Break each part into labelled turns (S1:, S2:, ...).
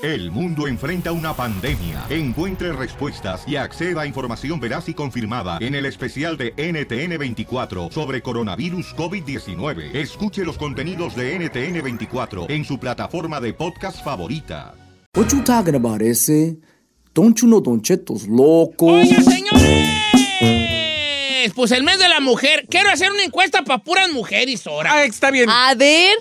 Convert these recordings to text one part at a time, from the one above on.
S1: El mundo enfrenta una pandemia. Encuentre respuestas y acceda a información veraz y confirmada en el especial de NTN24 sobre coronavirus COVID-19. Escuche los contenidos de NTN24 en su plataforma de podcast favorita.
S2: What you talking about, ese? Don't you know Don Cheto's loco?
S3: Oiga, señores, pues el mes de la mujer. Quiero hacer una encuesta para puras mujeres ahora.
S4: Ah, está bien.
S5: A ver.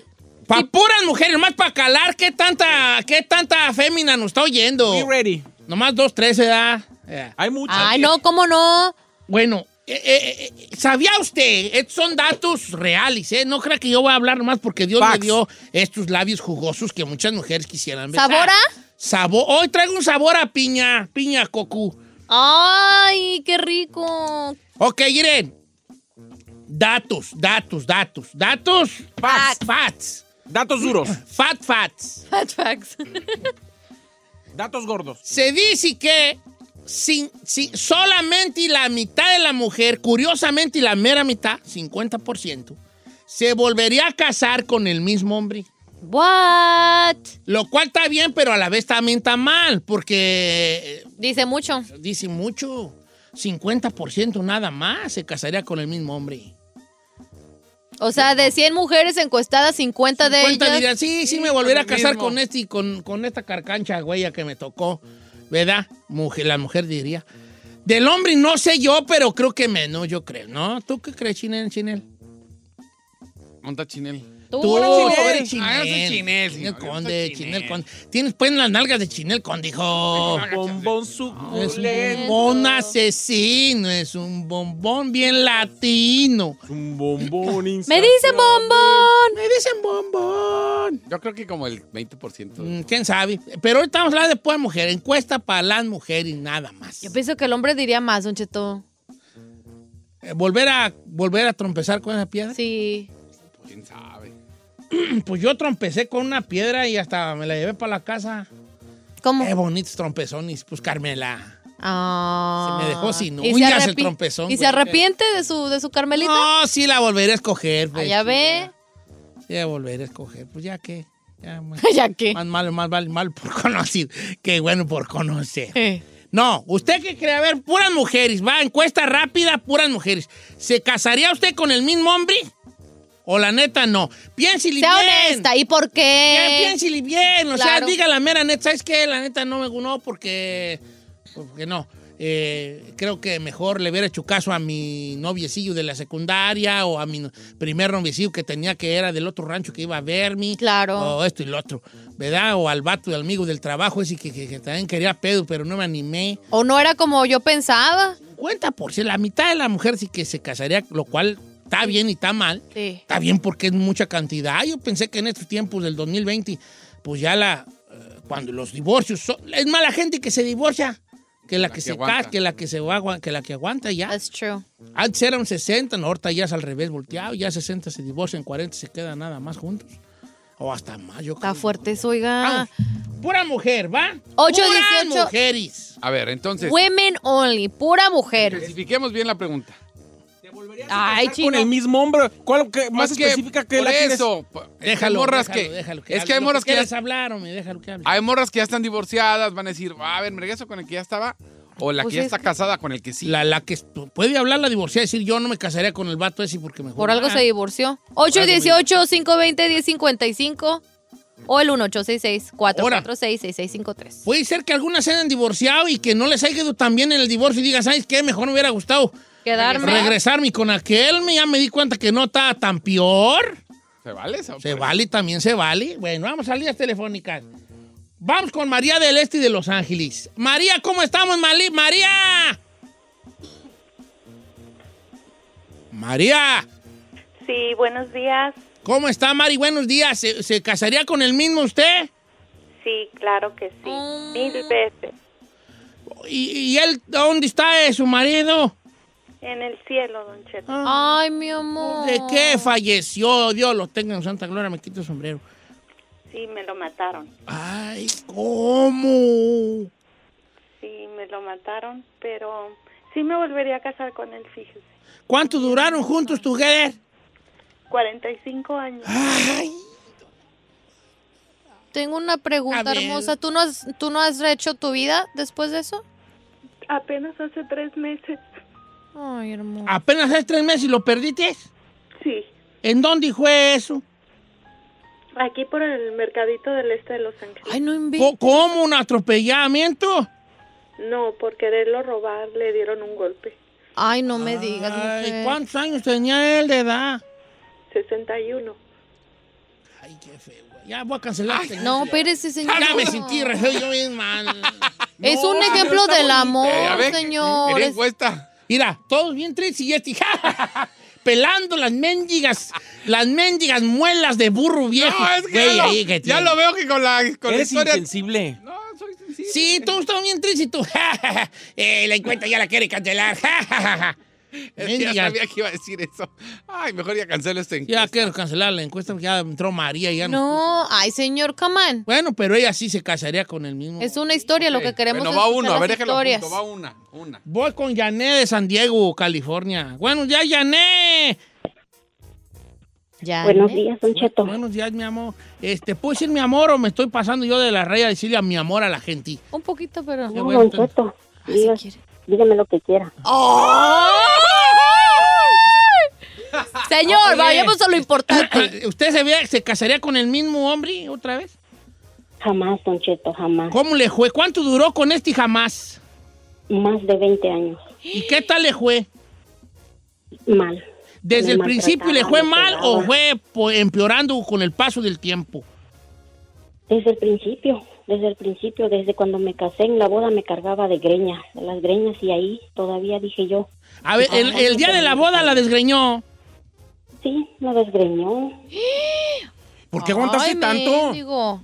S3: Para puras mujeres, más para calar qué tanta, qué tanta fémina nos está oyendo.
S4: Be ready.
S3: Nomás dos, tres, ¿verdad? Eh,
S4: Hay muchas.
S5: Ay, no, ¿cómo no?
S3: Bueno, eh, eh, eh, ¿sabía usted? Estos son datos reales, ¿eh? No crea que yo voy a hablar más porque Dios me
S4: Facts.
S3: dio estos labios jugosos que muchas mujeres quisieran besar.
S5: ¿Sabora?
S3: Sabor. Hoy traigo un sabor a piña, piña cocu.
S5: Ay, qué rico.
S3: Ok, Irene. Datos, datos, datos, datos.
S4: Facts.
S3: Fats.
S4: Datos duros.
S3: Fat facts.
S5: Fat facts.
S4: Datos gordos.
S3: Se dice que sin, sin- solamente la mitad de la mujer, curiosamente la mera mitad, 50%, se volvería a casar con el mismo hombre.
S5: What?
S3: Lo cual está bien, pero a la vez también está mal, porque eh,
S5: Dice mucho.
S3: dice mucho, 50% nada más se casaría con el mismo hombre.
S5: O sea, de 100 mujeres encuestadas, 50 de
S3: 50
S5: ellas.
S3: dirían, sí, sí, me volviera a
S4: Lo
S3: casar
S4: mismo.
S3: con este y con, con esta carcancha, güey, que me tocó. ¿Verdad? Mujer, la mujer diría. Del hombre no sé yo, pero creo que menos, yo creo, ¿no? ¿Tú qué crees, Chinel, Chinel?
S6: Monta Uh, Chinel.
S5: Tú,
S3: Tú,
S5: no.
S3: tú eres
S6: Ah, yo soy
S3: Chinel.
S6: Chinel,
S3: Chinel
S6: señor, yo
S3: Conde,
S6: soy
S3: Chinel
S6: Chinel.
S3: Conde. Tienes pues las nalgas de Chinel Conde, hijo.
S4: Bombón
S3: Es un
S4: suculento.
S3: bombón asesino, es un bombón bien latino.
S4: Un bombón
S5: Me dice bombón.
S3: Me dicen bombón.
S6: Yo creo que como el 20%.
S3: Mm, ¿Quién sabe? Pero ahorita vamos a hablar después de mujer. Encuesta para las mujeres, nada más.
S5: Yo pienso que el hombre diría más, Don Cheto.
S3: Eh, ¿Volver a, volver a trompezar con esa piedra?
S5: Sí.
S6: ¿Quién sabe?
S3: Pues yo trompecé con una piedra y hasta me la llevé para la casa.
S5: ¿Cómo?
S3: Qué bonitos trompezones. Pues Carmela.
S5: Ah.
S3: Se me dejó sin
S5: ¿Y se
S3: uñas el
S5: arrepi-
S3: trompezón,
S5: ¿Y
S3: güey. Ah,
S5: se arrepiente de su, de su Carmelita?
S3: No, sí la volveré a escoger.
S5: Ah,
S3: pues.
S5: ya ve.
S3: Sí la volveré a escoger. Pues ya que. Ya, más,
S5: ¿Ya qué?
S3: más malo, más vale mal por conocer que bueno por conocer.
S5: Eh.
S3: No, usted que cree, a ver, puras mujeres, va, encuesta rápida, puras mujeres. ¿Se casaría usted con el mismo hombre? O la neta, no. Piénsele
S5: Sea
S3: bien.
S5: honesta. ¿Y por
S3: Ya,
S5: qué?
S3: piénsele bien. O sea,
S5: Eh, claro.
S3: diga la mera neta. ¿Sabes qué? La neta no me gustó porque. Porque no. Eh, creo que mejor le hubiera hecho caso a mi noviecillo de la secundaria o a mi no- primer noviecillo que tenía que era del otro rancho que iba a verme.
S5: Claro.
S3: O esto y lo otro, ¿verdad? O al vato del amigo del trabajo ese que, que- que también quería pedo, pero no me animé.
S5: ¿O no era como yo pensaba?
S3: Cuenta por si la mitad de la mujer sí que se casaría, lo cual está bien y está mal.
S5: Sí.
S3: Está bien porque es mucha cantidad. Yo pensé que en estos tiempos del 2020, pues ya la. eh, cuando los divorcios. son- es más la gente que se divorcia que la, que,
S6: que
S3: se
S6: aguanta.
S3: casa, que la que se agua- que la que aguanta ya.
S5: That's true.
S3: Antes eran 60, no, ahorita ya es al revés volteado. Ya 60 se divorcian, 40 se quedan nada más juntos. O hasta más, yo
S5: Está
S3: creo.
S5: fuerte eso, oiga.
S3: Vamos. Pura mujer, ¿va?
S5: Ocho,
S3: Puras
S5: 18.
S3: mujeres.
S6: A ver, entonces,
S5: Women only, pura mujer.
S6: especifiquemos bien la pregunta.
S5: Ay,
S4: Con
S5: chino.
S4: el mismo hombre. ¿Cuál que- más
S6: Es
S4: específica que
S6: por
S4: la quieres?
S6: eso. po- es que hay
S3: Déjalo,
S6: morras
S3: déjalo,
S6: que,
S3: déjalo
S6: es que
S3: hable.
S6: hay
S3: Lo
S6: morras que,
S3: quieras
S6: ya,
S3: hablar, hombre, déjalo que hable.
S6: hay morras que ya están divorciadas, van a decir, a ver, me regreso con el que ya estaba o la
S5: Pues
S6: que ya
S5: es
S6: está
S5: que-
S6: casada con el que sí.
S3: La, la que estu- puede hablar la divorciada y decir yo no me casaría con el vato ese porque mejor.
S5: Por algo se divorció. 8,
S3: algo me-
S5: 18, 5, 20, 10, 55. O el 1866 446 6653
S3: Puede ser que algunas se hayan divorciado y que no les haya ido tan bien en el divorcio y digas, ¿sabes qué? Mejor me hubiera gustado
S5: Quedarme.
S3: regresarme con aquel. Me- Ya me di cuenta que no está tan peor.
S6: ¿Se vale eso? Pues,
S3: Se vale, también se vale. Bueno, vamos a líneas telefónicas. Vamos con María del Este y de Los Ángeles. María, ¿cómo estamos, Mali? María. María,
S7: Sí, buenos días.
S3: ¿cómo está, Mari? Buenos días. ¿Se, se casaría con el mismo usted?
S7: Sí, claro que sí. Mil veces.
S3: ¿Y, y él dónde está eh, su marido?
S7: En el cielo, don Cheto.
S5: Ah. Ay, mi amor.
S3: ¿De qué falleció? Dios lo tenga en Santa Gloria, me quito el sombrero.
S7: Sí, me lo mataron.
S3: Ay, ¿cómo?
S7: Sí, me lo mataron, pero sí me volvería a casar con él, fíjese.
S3: ¿Cuánto duraron juntos together?
S7: 45 años.
S3: Ay,
S5: Tengo una
S3: A
S5: pregunta
S3: ver.
S5: hermosa. ¿Tú no, has, ¿Tú no has hecho tu vida después de eso?
S7: Apenas hace tres meses.
S5: Ay, hermoso.
S3: apenas hace tres meses y lo perdiste.
S7: Sí,
S3: ¿En dónde fue eso?
S7: aquí por el mercadito del este de Los Ángeles.
S5: Ay, no invito.
S3: Co- ¿Cómo un atropellamiento?
S7: No, por quererlo robar le dieron un golpe.
S5: Ay, no me digas,
S3: Ay,
S5: mujer.
S3: ¿Cuántos años tenía él de edad?
S7: 61.
S3: Ay, qué feo. güey. Ya voy a cancelar. este
S5: No,
S3: anuncio.
S5: espérese, señor.
S3: Ya me sentí re feo yo misma.
S5: Es un ejemplo del
S6: Eh,
S5: amor, señor.
S6: Era
S5: Es-
S6: encuesta.
S3: Mira, todos bien tristes y este pelando las mendigas, las mendigas muelas de burro viejo.
S6: No, es que
S3: Güey,
S6: ya,
S3: ahí
S6: lo,
S3: que
S6: ya
S3: tiene.
S6: lo veo que con la, con la
S4: Eres
S6: historia...
S4: insensible.
S6: No, soy sencillo.
S3: Sí, todos están bien tristes y tú, eh, la encuesta ya la quiere cancelar.
S6: Es que ya
S3: Mendigas.
S6: sabía que iba a decir eso. Ay, mejor ya cancelo este encuesta.
S3: Ya quiero cancelar la encuesta porque ya entró María y ya nos puso.
S5: No, ay, señor, come on.
S3: Bueno, pero ella sí se casaría con el mismo.
S5: Es una historia, lo que queremos
S6: Bueno,
S5: es
S6: va
S5: escuchar
S6: uno, a
S5: las
S6: ver, déjalo
S5: historias.
S6: junto, va una, una.
S3: Voy con Yané de San Diego, California. Buenos días, Yané.
S5: Ya,
S7: Buenos
S5: ¿eh?
S7: días, don Cheto.
S3: Buenos días, mi amor. Este, ¿Puedo decir mi amor o me estoy pasando yo de la raya a decirle a mi amor a la gente?
S5: Un poquito, pero...
S3: Qué
S7: No,
S3: bueno,
S7: don
S3: entonces.
S7: Cheto.
S5: Ah, si
S7: diga-
S5: quiere.
S7: dígame lo que quiera.
S3: ¡Oh!
S5: Señor,
S3: Oye.
S5: vayamos a lo importante.
S3: ¿Usted se, ve- se casaría con el mismo hombre otra vez?
S7: Jamás, don Cheto, jamás.
S3: ¿Cómo le fue? ¿Cuánto duró con este y jamás?
S7: Más de 20 años.
S3: ¿Y qué tal le fue?
S7: Mal.
S3: ¿Desde
S7: Me
S3: el principio le fue
S7: maltrataba,
S3: mal
S7: me
S3: o
S7: pegaba.
S3: fue po- empeorando con el paso del tiempo?
S7: Desde el principio, desde el principio, desde cuando me casé en la boda me cargaba de greñas, de las greñas y ahí todavía dije yo,
S3: A ver, el, el día de la boda la desgreñó.
S7: sí, me desgreñó,
S4: ¿Por qué aguantaste
S5: Ay,
S4: tanto?
S5: mendigo.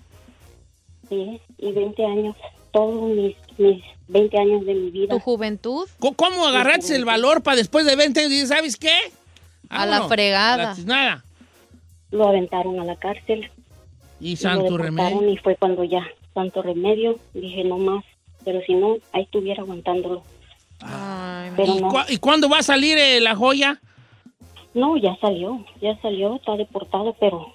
S7: sí, y 20 años, todos mis, mis 20 años de mi vida,
S5: Tu juventud
S3: Co- ¿Cómo agarraste el valor para después de 20 años y dices, ¿sabes qué?
S5: a la
S3: Vámonos, a la
S5: fregada.
S3: tiznada.
S7: lo aventaron a la cárcel,
S3: Y
S7: y lo
S3: santo
S7: deportaron
S3: remedio.
S7: y fue cuando ya, santo remedio, dije no más, pero si no, ahí estuviera aguantándolo,
S5: Ay,
S7: pero
S3: ¿Y,
S7: no,
S3: cua- y cuándo va a salir eh, la joya?
S7: no, ya salió, ya salió, está deportado, pero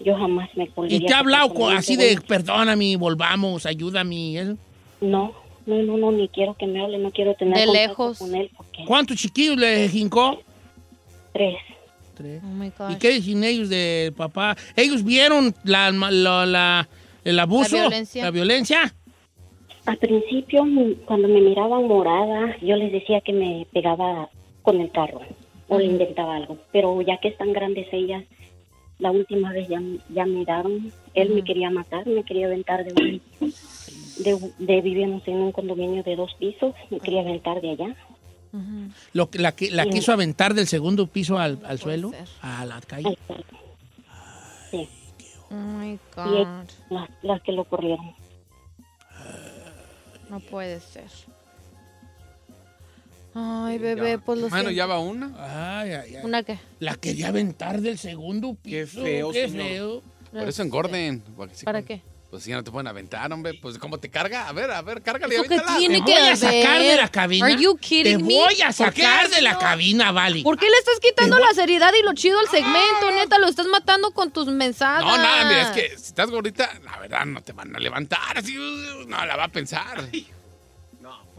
S7: yo jamás me colgué.
S3: ¿Y te ha hablado co- así de, perdóname, volvamos, ayúdame? Eso?
S7: No, no, no, no, ni quiero que me hable, no quiero tener
S5: De
S7: contacto
S5: lejos.
S7: con él porque
S3: ¿Cuántos chiquillos le jincó?
S7: tres.
S3: Tres.
S5: oh my gosh.
S3: ¿Y qué dicen ellos del papá? ¿Ellos vieron la, la- la- el abuso?
S5: La violencia.
S3: ¿La violencia?
S7: Al principio, m- cuando me miraban morada, yo les decía que me pegaba con el carro o le inventaba algo. Pero ya que están grandes ellas, la última vez ya, ya miraron, él me quería matar, me quería aventar de un... De, de- vivíamos en un condominio de dos pisos, me quería aventar de allá.
S5: Ujú.
S3: Lo, que- ¿La, que, la
S7: Sí.
S3: quiso aventar del segundo piso al, al suelo?
S5: ser.
S3: A la calle.
S7: al cuarto. Sí,
S5: Oh my
S7: y es-
S5: God.
S7: las, las que lo corrieron.
S5: No puede ser. Ay, bebé, pues lo
S6: Bueno,
S5: siento.
S6: ya va una.
S3: Ay, ay, ay.
S5: ¿Una qué?
S3: La quería aventar del segundo
S4: Qué
S3: piso.
S4: feo,
S3: qué
S4: señor.
S3: feo.
S6: Por eso engorden. porque si-
S5: ¿Para qué?
S6: Pues si ya no te pueden aventar, hombre. Pues cómo te carga. A ver, a ver, cárgale.
S5: ¿Eso qué
S6: aviéntala.
S5: tiene?
S3: Te
S5: que
S3: voy a sacar
S5: haber.
S3: de la cabina.
S5: Are you
S3: Te
S5: kidding me?
S3: voy a
S6: ¿Por qué,
S3: sacar de la
S6: señor?
S3: cabina, Vale.
S5: ¿Por qué le estás quitando la seriedad y lo chido al segmento, neta? Lo estás matando con tus mensajes.
S6: No, nada, mira, es que si estás gordita, la verdad no te van a levantar. Así, uh, no, la va a pensar.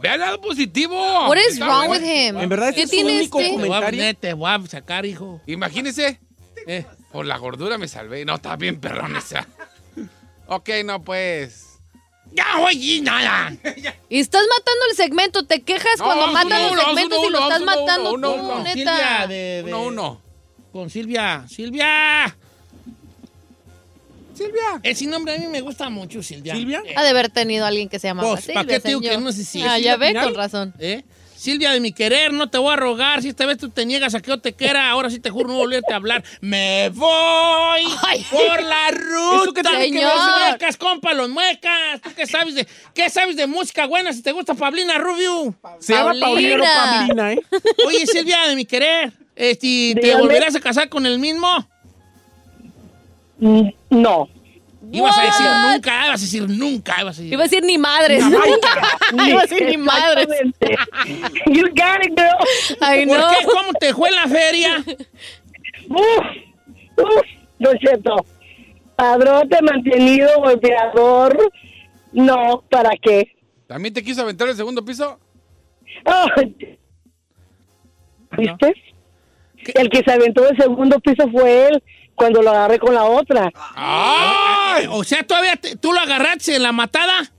S6: Ve al lado positivo.
S5: What is
S6: Está
S5: wrong with
S6: bueno.
S5: him?
S4: En verdad, ese
S5: ¿Qué
S4: es
S5: tiene
S4: su único
S5: este?
S3: Te voy, a,
S4: comentario.
S3: poner, te voy a sacar, hijo.
S6: Imagínese,
S3: Eh,
S6: por la gordura me salvé. No, está bien perrón esa. Ok, no, pues.
S3: ¡Ya oí nada!
S5: Y estás matando el segmento, te quejas
S6: No,
S5: cuando
S6: haz
S5: matan
S6: uno,
S5: los
S6: haz
S5: segmentos
S6: uno,
S5: y lo
S6: uno,
S5: estás
S6: haz uno,
S5: matando
S6: uno,
S5: tú,
S6: uno, uno.
S5: neta.
S3: Silvia, de, de-
S6: Uno, uno.
S3: Con Silvia. ¡Silvia!
S6: Silvia.
S3: Ese nombre a mí me gusta mucho, Silvia.
S6: ¿Silvia?
S3: Eh,
S5: Ha de haber tenido alguien que se llamaba
S3: Pues, ¿pa'
S5: Silvia,
S3: qué te digo que
S5: señor.
S3: no sé si es
S5: Ah, ya
S3: Silvia
S5: ve,
S3: Pinal?
S5: con razón.
S3: ¿eh? Silvia de mi querer, no te voy a rogar. Si esta vez tú te niegas a que yo te quiera, ahora sí te juro no volverte a hablar. ¡Me voy
S5: Ay.
S3: por la ruta!
S5: tiene que ver,
S3: Los
S5: señor?
S3: muecas, compa, los muecas! ¿Tú qué sabes de, qué sabes de música buena si te gusta Pablina Rubio?
S7: Se llama Paulina, no
S5: Paulina.
S7: Paulina, ¿eh?
S3: Oye, Silvia de mi querer, este, ¿te
S8: Dígame.
S3: volverás a casar con el mismo?
S8: Mm, No,
S3: Ibas a decir
S5: What?
S3: nunca, ibas a decir nunca, ibas a decir...
S5: Iba a decir ni madres. Iba a decir ni madres.
S8: Exactamente. You got it, girl.
S5: Ay,
S3: ¿Por
S5: no.
S3: qué? ¿Cómo te fue en la feria?
S8: Uf, uf, Don Cheto. Padrote mantenido, golpeador. No, ¿para qué?
S6: ¿También te quiso aventar el segundo piso?
S8: Ah, ¿Viste? El que se aventó del segundo piso fue él cuando lo agarré con la otra.
S3: Ay, O sea, todavía te- tú lo agarraste en la matada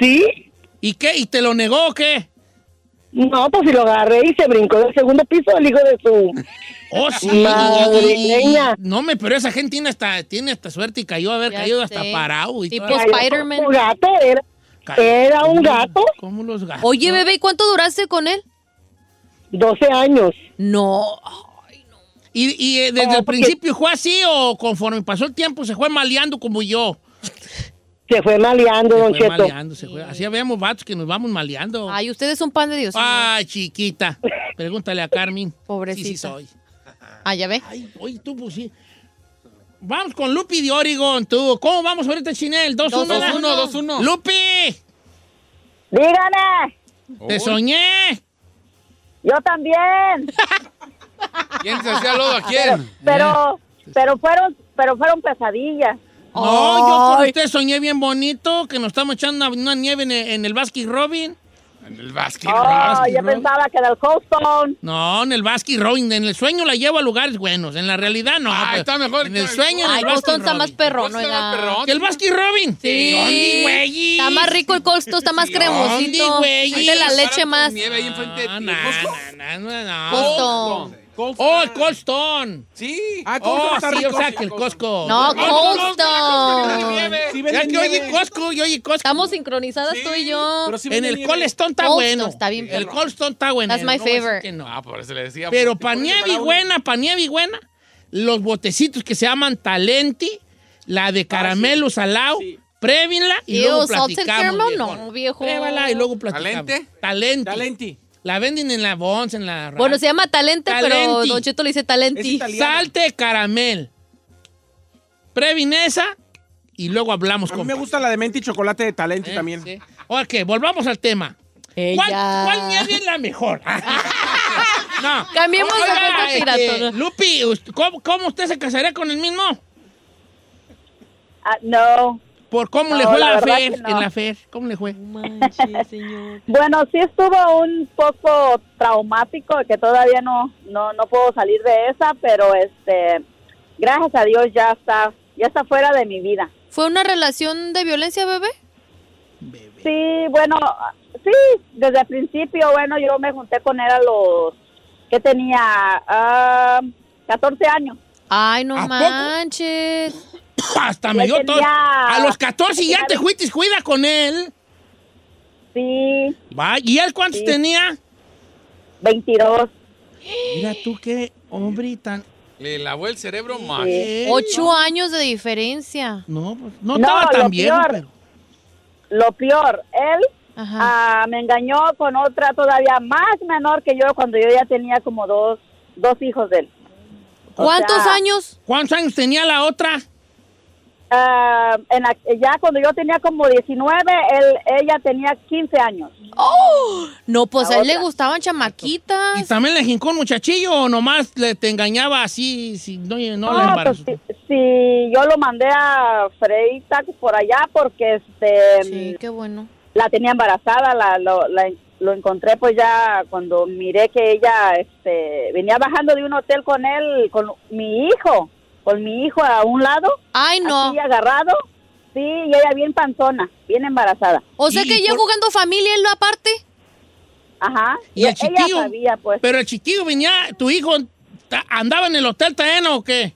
S8: ¿Sí?
S3: y qué, y te lo negó o qué?
S8: No, pues si lo agarré y se brincó del segundo piso el hijo de su...
S3: Oh, sí.
S8: Madrileña.
S3: No, me, pero esa gente tiene hasta, tiene hasta suerte y cayó a haber
S5: Ya
S3: caído
S5: sé.
S3: hasta parado. Y
S5: Tipo
S3: todo.
S5: Spider-Man.
S8: Un gato era.
S3: Ca-
S8: Era un gato,
S3: ¿Cómo los gatos?
S5: Oye, bebé, ¿y cuánto duraste con él?
S8: 12 años.
S5: No.
S3: ¿Y, y, eh, desde
S8: No,
S3: el
S8: Ah, porque-
S3: principio fue así o conforme pasó el tiempo se fue maleando como yo?
S8: Se fue maleando,
S3: Se
S8: Don
S3: fue
S8: Cheto.
S3: maleando, se fue. Así habíamos vatos que nos vamos maleando.
S5: Ay, usted es un pan de Dios. señor.
S3: Ay, chiquita. Pregúntale a Carmen.
S5: Pobrecita.
S3: Sí, sí soy.
S5: Ah, ya ve.
S3: Ay, oye, tú, pues sí. Vamos con Lupi de Oregon, tú. ¿Cómo vamos ahorita, Chinel? 2-1.
S6: 2-1, 2-1.
S3: 2-1. ¡Lupi!
S8: Dígame,
S3: ¡Te soñé!
S8: yo también.
S6: ¿Quién se hacía lodo a quién?
S8: Pero, pero fueron, pero fueron pesadillas.
S3: No, yo con usted soñé bien bonito, que nos estamos echando una, una nieve en el, en el Baskin Robin.
S6: En el básquet.
S8: Oh, yo pensaba que del Coldstone.
S3: No, en el Baskin Robin. En el sueño la llevo a lugares buenos. En la realidad no.
S6: Ah,
S3: pero
S6: está mejor
S3: En
S6: que
S3: el
S6: el-
S3: sueño, en
S5: Ay,
S3: el
S5: Costón
S3: Baskin
S5: está más
S3: Robin.
S5: perrón,
S6: ¿Cuál será
S5: oiga.
S6: el perrón?
S3: ¿Que el Baskin Robin? ¿Dónde, güey?
S5: Está más rico el costo, está más cremosito.
S3: güey?
S5: Es de la
S3: Para
S5: leche más.
S6: Nieve ahí enfrente de
S3: No, pues,
S6: ti.
S3: Ah, no,
S6: ¿Costco?
S3: no, no, no.
S5: Costón.
S3: Oh, el Colston.
S6: Sí.
S7: Ah,
S3: Oh,
S7: ¿cómo está
S3: sí,
S7: rico?
S3: o sea, que el Costco.
S5: No,
S6: nieve.
S5: Costón.
S7: Sí venden
S3: Ya que oye
S7: nieve.
S3: Costco y oye Costco.
S5: Estamos sincronizadas tú y yo.
S7: Pero sí
S3: en
S7: venden
S3: el
S7: nieve.
S3: Colston está
S5: Cold
S3: bueno.
S5: Stone está bien
S3: el
S5: perrón.
S3: Colston está bueno.
S5: That's my
S3: no voy a decir
S5: favorite.
S3: que no.
S6: Ah, por eso le decía.
S3: Pero
S6: porque
S3: para
S6: ponen
S3: nieve y
S6: palabra.
S3: buena, para nieve y buena, los botecitos que se llaman Talenti, la de caramelo salado, prévenla y
S5: Ew,
S3: luego
S5: salt and
S3: platicamos.
S5: caramel,
S3: viejón.
S5: no, viejo.
S3: Pruébala y luego platicamos.
S6: ¿Talente?
S3: Talenti.
S7: Talenti.
S3: La venden en la Bons, en la...
S5: Bueno, se llama talente, pero
S3: Talenti.
S5: Don Cheto le dice
S7: Es
S5: talenti.
S7: italiano.
S3: Salte caramel. Previnesa y luego hablamos
S7: A
S3: con
S7: mí me gusta la de menta y chocolate de talento
S3: Eh,
S7: también.
S3: sí. Ok, volvamos al tema. ¿Cuál,
S5: Ella.
S3: cuál nieve es la mejor? no.
S5: Cambiemos a
S3: Oiga,
S5: otra
S3: este,
S5: piratona.
S3: Lupi, ¿ust- ¿cómo, cómo usted se casaría con el mismo?
S8: Ah, no.
S3: ¿Por cómo
S8: No,
S3: le fue
S8: la
S3: la
S8: verdad
S3: fer,
S8: que no.
S3: en la fer? ¿Cómo le fue?
S8: Bueno, sí estuvo un poco traumático, que todavía no, no, no puedo salir de esa, pero este, gracias a Dios ya está, ya está fuera de mi vida.
S5: ¿Fue una relación de violencia, bebé?
S8: Sí, bueno, sí, desde el principio, bueno, yo me junté con él a los que tenía ah, 14 años.
S5: Ay, no
S3: ¿A poco?
S5: manches.
S3: Hasta me
S8: Ya
S3: dio todo.
S8: tenía-
S3: A los 14 ya
S8: Ya
S3: te
S8: ve-
S3: fuiste, cuida con él.
S8: Sí,
S3: Va, ¿Y él cuántos
S8: Sí.
S3: tenía?
S8: 22.
S3: Mira tú qué hombre tan...
S6: Le lavó el cerebro más.
S5: Ocho años de diferencia.
S3: No, pues, no,
S8: Eh, No,
S3: estaba
S8: lo
S3: tan bien,
S8: peor.
S3: pero...
S8: Lo peor, él
S5: Ajá.
S8: ah, me engañó con otra todavía más menor que yo cuando yo ya tenía como dos, dos hijos de él. o
S5: ¿Cuántos
S8: sea-
S5: años?
S3: ¿Cuántos años tenía la otra?
S8: Ah, en la- ya cuando yo tenía como 19, él, ella tenía 15 años.
S5: No, pues a
S8: La
S5: él le
S8: otra.
S5: gustaban
S3: ¿Y
S5: chamaquitas.
S3: también le jincó un muchachillo o nomás le, te engañaba así, si no, no la
S8: No, pues,
S3: embarazó?
S8: si, si yo lo mandé a Freddy Tacos por allá porque este
S5: Sí, qué bueno.
S8: la tenía embarazada, la, lo, la- lo encontré pues ya cuando miré que ella este, venía bajando de un hotel con él, con mi hijo, con mi hijo a un lado,
S5: Ay, no.
S8: así agarrado, Sí, y ella bien panzona, bien embarazada.
S5: O sea que yo jugando familia, él lo aparte.
S8: Ajá.
S3: Y el chiquillo.
S8: sabía, pues.
S3: Pero el chiquillo venía, tu hijo ta- andaba en el hotel también o qué?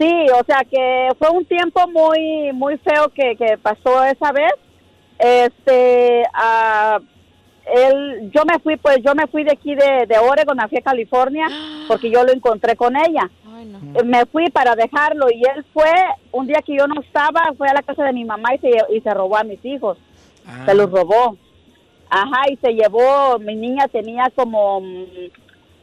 S8: Sí, o sea que fue un tiempo muy muy feo que, que pasó esa vez. Este, ah, él, yo me fui, pues yo me fui de aquí de, de Oregon, me fui a California, porque yo lo encontré con ella. Eh, Me fui para dejarlo y él fue, un día que yo no estaba, fue a la casa de mi mamá y se, lle- y se robó a mis hijos. Se los robó. Ajá, y se llevó, mi niña tenía como, mm,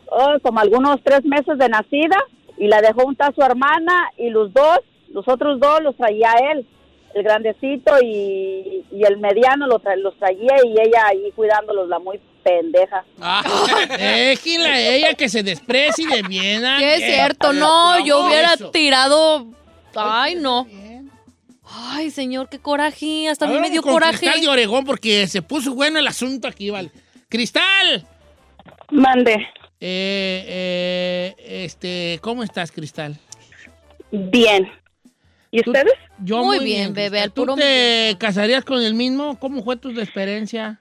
S8: oh, como algunos tres meses de nacida y la dejó junto a su hermana y los dos, los otros dos los traía él, el grandecito y, y el mediano lo tra- los traía y ella ahí cuidándolos, la muy pendeja.
S3: Ah, Déjela ella que se desprecie de bien.
S5: Sí, es cierto, no, yo hubiera tirado. Ay, no. Ay, señor, qué coraje. Hasta a mí me dio coraje.
S3: Cristal de Oregón porque se puso bueno el asunto aquí, vale. ¡Cristal!
S9: Mande.
S3: Eh, eh, este, ¿cómo estás, Cristal?
S9: Bien. ¿Y ustedes?
S3: Yo muy, bien, bebé. ¿Tú te casarías con el mismo? ¿Cómo fue tu experiencia?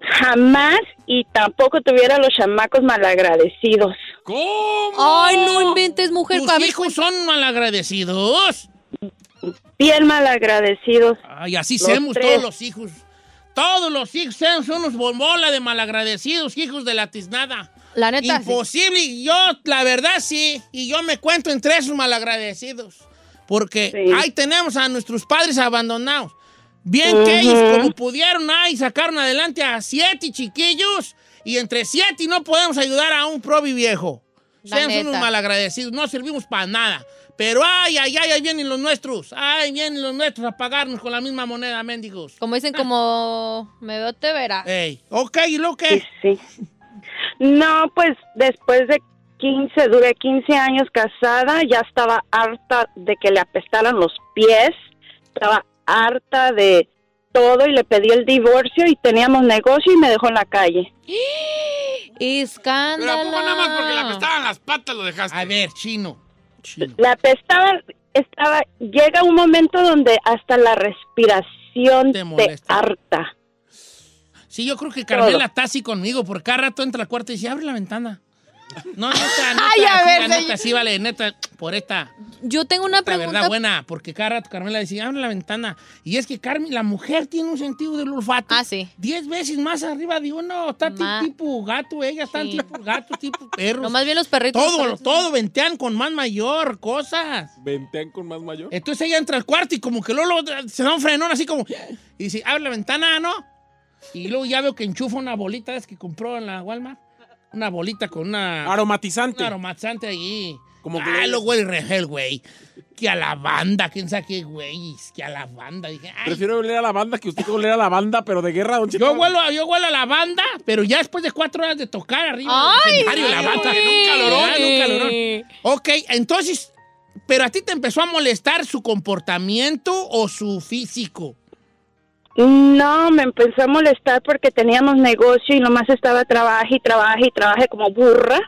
S9: Jamás y tampoco tuviera los chamacos malagradecidos.
S3: ¿Cómo?
S5: Ay, no inventes, mujer.
S3: Tus hijos son malagradecidos.
S9: Bien malagradecidos.
S3: Ay, así
S9: Los
S3: somos
S9: tres.
S3: todos los hijos. Todos los hijos sean unos bombola de malagradecidos, hijos de la tiznada.
S5: La neta, sí.
S3: Imposible. y Yo, la verdad, sí. Y yo me cuento entre esos malagradecidos. Porque ahí tenemos a nuestros padres abandonados. Bien que ellos,
S10: Ujú.
S3: como pudieron, ahí sacaron adelante a siete chiquillos. Y entre siete y no podemos ayudar a un probi viejo.
S10: La
S3: Sean unos
S10: neta.
S3: malagradecidos, no servimos para nada. Pero ay, ay, ay, ahí vienen los nuestros. Ay, vienen los nuestros a pagarnos con la misma moneda, mendigos.
S5: Como dicen, como me veo, te verá.
S3: Ey, ok, ¿y lo que?
S9: Sí. No, pues después de 15, duré 15 años casada, ya estaba harta de que le apestaran los pies, estaba harta de todo y le pedí el divorcio y teníamos negocio y me dejó en la calle.
S5: Escándalo.
S6: Pero ¿a poco nada más porque le apestaban las patas lo dejaste?
S3: A ver, chino.
S9: La apestaba, estaba, llega un momento donde hasta la respiración te, harta.
S3: Sí, yo creo que Carmela
S9: Todo.
S3: está así conmigo, porque cada rato entra al cuarto y dice, abre la ventana. No, neta, neta,
S5: Ay, a
S3: sí,
S5: ver,
S3: la
S5: señor.
S3: neta, sí, vale, neta, por esta.
S5: Yo tengo una
S3: La
S5: pregunta.
S3: verdad buena, porque cada rato Carmela decía, abre la ventana. Y es que Carmen, la mujer tiene un sentido del olfato. Ah, sí. Diez veces más arriba de uno. Está ti- tipo gato, ella está tipo gato, tipo perro.
S5: No, más bien los perritos.
S3: Todo, todo, ventean con más mayor cosas.
S11: ¿Ventean con más mayor?
S3: Entonces ella entra al cuarto y como que luego, luego se da un frenón así como... Y dice, abre la ventana, ¿no? Y luego ya veo que enchufa una bolita, es que compró en la Walmart. Una bolita con una...
S11: Aromatizante.
S3: Un aromatizante ahí.
S11: Como que-
S3: ah, lo güey, re- el güey. Que a la banda, quién sabe qué güey, que a la banda. Dije, ay,
S11: Prefiero oler a la banda que usted que oler a la banda, pero de guerra, don Cheto.
S3: yo huelo, a- yo huelo a la banda, pero ya después de cuatro horas de tocar arriba
S11: Ay,
S3: del escenario, la
S11: ay,
S3: banda.
S11: güey.
S3: En un calorón, en un
S11: Sí.
S3: calorón. Ok, entonces, ¿pero a ti te empezó a molestar su comportamiento o su físico?
S9: No, me empezó a molestar porque teníamos negocio y nomás estaba trabaje y trabaje y trabaje como burra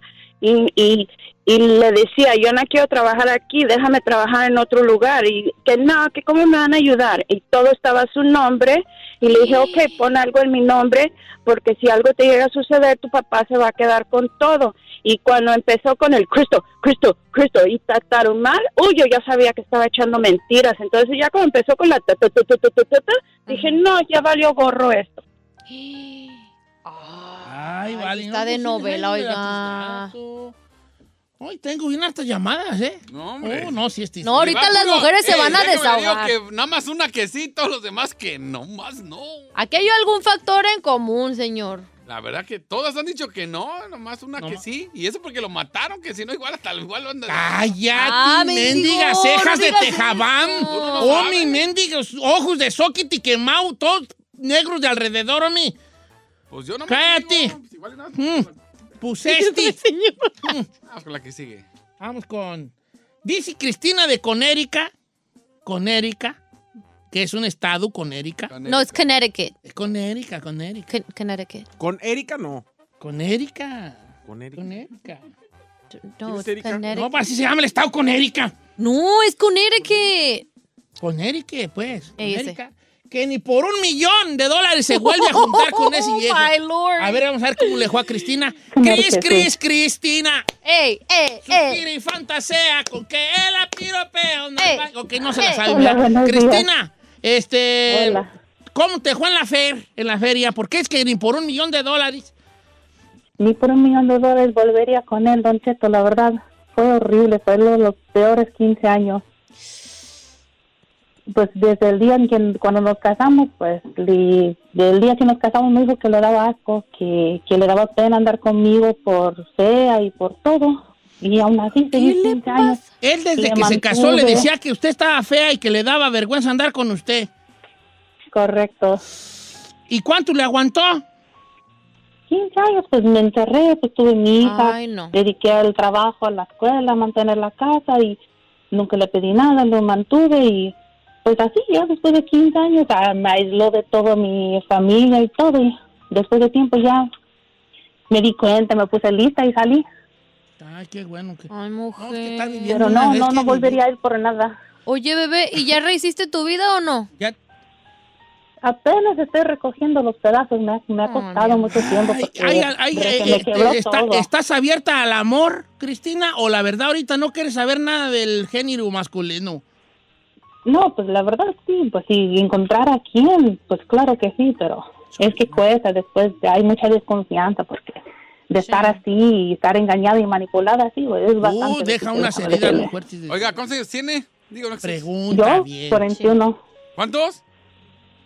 S9: y, y, y le decía, yo no quiero trabajar aquí, déjame trabajar en otro lugar y que no, que cómo me van a ayudar y todo estaba a su nombre y le dije, ok, pon algo en mi nombre porque si algo te llega a suceder, tu papá se va a quedar con todo. Y cuando empezó con el Cristo, Cristo, Cristo y trataron mal, uy, yo ya sabía que estaba echando mentiras. Entonces ya cuando empezó con la ta, ta, ta, ta, ta, ta, ta, ta, dije, no, ya valió gorro esto.
S5: Ah.
S3: Ay, vale.
S5: está de
S3: no, pues sí,
S5: novela,
S3: déjame ir
S5: oiga.
S3: a tus datos. Hoy tengo bien hartas llamadas, ¿eh?
S6: No,
S3: hombre. no, sí, este-
S5: No, ahorita
S6: Va
S5: las
S6: puro,
S5: mujeres se
S6: eh,
S5: van a
S6: déjame le digo
S5: desahogar.
S6: que nada más una que sí, todos los demás que no más no.
S5: Aquí hay algún factor en común, señor.
S6: La verdad que todas han dicho que no, nomás una que sí. Y eso porque lo mataron, que si no, igual hasta igual lo andan.
S3: ¡Cállate,
S6: Ah,
S3: mendiga
S6: mendigo,
S3: cejas
S6: no
S3: de
S6: digas
S3: tejabán!
S6: eso. Tú no
S3: ¡Oh,
S6: sabes.
S3: mi mendigos ojos de soquit y quemado, todos negros de alrededor, a mí!
S6: Pues yo no me
S3: ¡Cállate! Mm, Pues este. Mm.
S6: Vamos pues, con la que sigue.
S3: Vamos con... Dice Cristina de Conérica, Conérica, que es un estado, Conérica.
S5: No, es Connecticut.
S3: Es Conérica, Conérica.
S5: Con- Connecticut.
S11: Con Erika no.
S3: Con Erika.
S11: Con Erika.
S3: Con Erika.
S5: No,
S3: ¿Quién es
S5: es Connecticut.
S3: No, pues así se llama el estado, Conérica.
S5: No, es Connecticut.
S3: Con Eric, pues. con
S5: Ese.
S3: Erika, que ni por un millón de dólares se vuelve a juntar con ese viejo.
S5: Oh, my lord.
S3: A ver, vamos a ver cómo le fue a Cristina.
S5: Señor
S3: Cris,
S5: Jesús.
S3: Cris, Cristina.
S5: ¡Ey, ey,
S3: Suspira y fantasea con que él la piropea. onda,
S5: Eh.
S3: va- Ok, no se la
S5: ey.
S3: sabe.
S5: Hola,
S3: ¿verdad?
S5: buenos días.
S3: Cristina, este.
S5: Hola.
S3: ¿Cómo te fue en la, fer, en la feria? Porque es que ni por un millón de dólares.
S10: Ni por un millón de dólares volvería con él, Don Cheto. La verdad, fue horrible. Fue uno de los peores 15 años. Pues desde el día en que cuando nos casamos, pues le- del día que nos casamos me dijo que le daba asco, que, que le daba pena andar conmigo por fea y por todo. Y aún así, seguí 15 años.
S3: Él desde
S10: Le
S3: que se casó le
S10: mantuve.
S3: decía que usted estaba fea y que le daba vergüenza andar con usted.
S10: Correcto.
S3: ¿Y cuánto le aguantó?
S10: 15 años, pues me encerré, pues tuve mi hija,
S5: Ay, no.
S10: dediqué al trabajo, a la escuela, a mantener la casa y nunca le pedí nada, lo mantuve y pues así ya después de 15 años ah, me aisló de toda mi familia y todo y después de tiempo ya me di cuenta, me puse lista y salí,
S3: Ay, qué bueno. Que...
S5: Ay, mujer.
S10: pero no, no, no volvería a ir por nada.
S5: Oye, bebé, ¿y ya rehiciste tu vida o no?
S3: Ya.
S10: Apenas estoy recogiendo los pedazos, me ha, me ha costado mucho tiempo. porque
S3: Ay, ay,
S10: se
S3: eh,
S10: me
S3: eh,
S10: quebró
S3: está-
S10: todo.
S3: ¿Estás abierta al amor, Cristina? ¿O la verdad ahorita no quieres saber nada del género masculino?
S10: No, pues la verdad sí, pues si encontrar a quién, pues claro que sí, pero es que cuesta, después hay mucha desconfianza porque de estar así y estar engañada y manipulada así, pues, es bastante.
S6: Uh, deja
S10: difícil,
S6: una
S10: déjame
S6: herida
S10: decirle.
S6: Oiga, ¿cuántos años tiene? Digo, no
S3: Pregunta
S10: Yo,
S3: bien.
S10: 41,
S6: ¿Cuántos?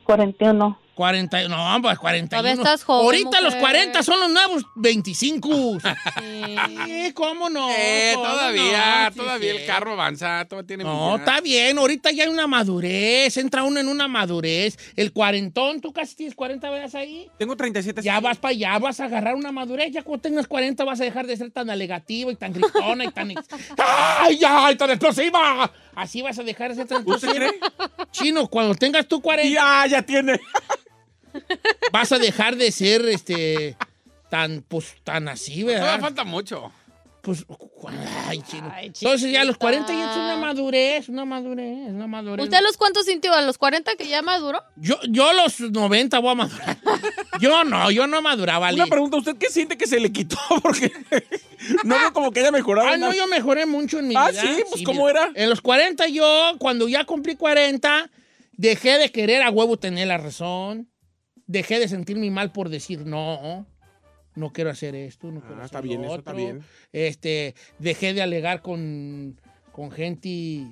S10: 41.
S3: 40, no, pues 41.
S10: Todavía estás joven,
S3: Ahorita
S10: mujer.
S3: los 40 son los nuevos 25.
S5: Eh,
S3: Sí, ¿Cómo no?
S6: Eh,
S5: pues,
S3: ¿Cómo
S6: todavía,
S3: no? Sí,
S6: todavía
S3: sí.
S6: el carro avanza, todavía tiene
S3: No,
S6: millas.
S3: está bien, ahorita ya hay una madurez, entra uno en una madurez. El cuarentón, tú casi tienes 40 veas ahí.
S11: Tengo
S6: Pues
S11: 37.
S3: Ya vas para allá, vas a agarrar una madurez. Ya cuando tengas 40 vas a dejar de ser tan alegativo y tan gritona y tan... ex- ¡Ay, ay, tan explosiva! Así vas a dejar de ser tan explosiva. Chino, cuando tengas tú 40...
S11: Ya, ya tiene.
S3: Vas a dejar de ser, este... Tan, pues, tan así, ¿verdad?
S6: Todavía falta mucho.
S3: Pues, ay, chino. Entonces ya a los 40 ya es una madurez, una madurez, una madurez.
S5: ¿Usted a los cuántos sintió? ¿A los 40 que ya maduró?
S3: Yo, yo a los 90 voy a madurar. Yo no, yo no maduraba.
S11: Una pregunta, ¿usted qué siente que se le quitó? Porque no veo como que haya mejorado.
S3: Ah, no,
S11: nada.
S3: yo mejoré mucho en mi
S11: Ah,
S3: vida.
S11: sí, pues, ¿cómo
S3: mira.
S11: era?
S3: En los 40 yo, cuando ya cumplí 40, dejé de querer a huevo tener la razón. Dejé de sentirme mal por decir no. No quiero hacer esto, no quiero
S11: Ah, está
S3: hacer
S11: bien,
S3: lo
S11: eso
S3: otro.
S11: está bien.
S3: Este, dejé de alegar con, con gente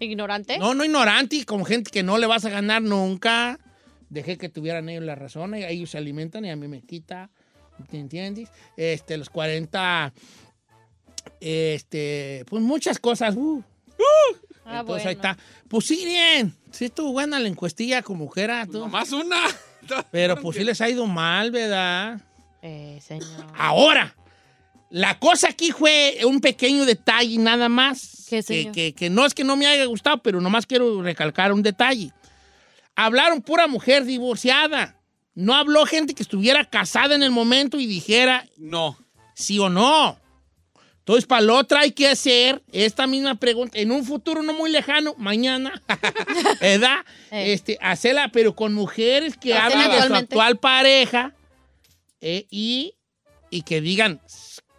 S5: ¿Ignorante?
S3: no, no ignorante, y con gente que no le vas a ganar nunca. Dejé que tuvieran ellos la razón, y ellos se alimentan y a mí me quita. ¿Te entiendes? Este, los 40, este, pues muchas cosas. uh.
S5: Ah,
S3: Entonces ahí está. Pues sí, bien. Sí, estuvo buena la encuestilla como que era. tú.
S6: Más una.
S3: Pero pues sí les ha ido mal, ¿verdad?
S5: Eh, señor.
S3: Ah, Ahora, la cosa aquí fue un pequeño detalle nada más. que,
S5: señor?
S3: que- que no es que no me haya gustado, pero nomás quiero recalcar un detalle. Hablaron pura mujer divorciada. No habló gente que estuviera casada en el momento y dijera
S6: No.
S3: sí o no. Entonces, para la otra hay que hacer esta misma pregunta en un futuro no muy lejano, mañana, ¿verdad? Este, hacerla, pero con mujeres que
S6: Hacerla
S3: hablan de su
S6: actualmente.
S3: actual pareja eh, y, y que digan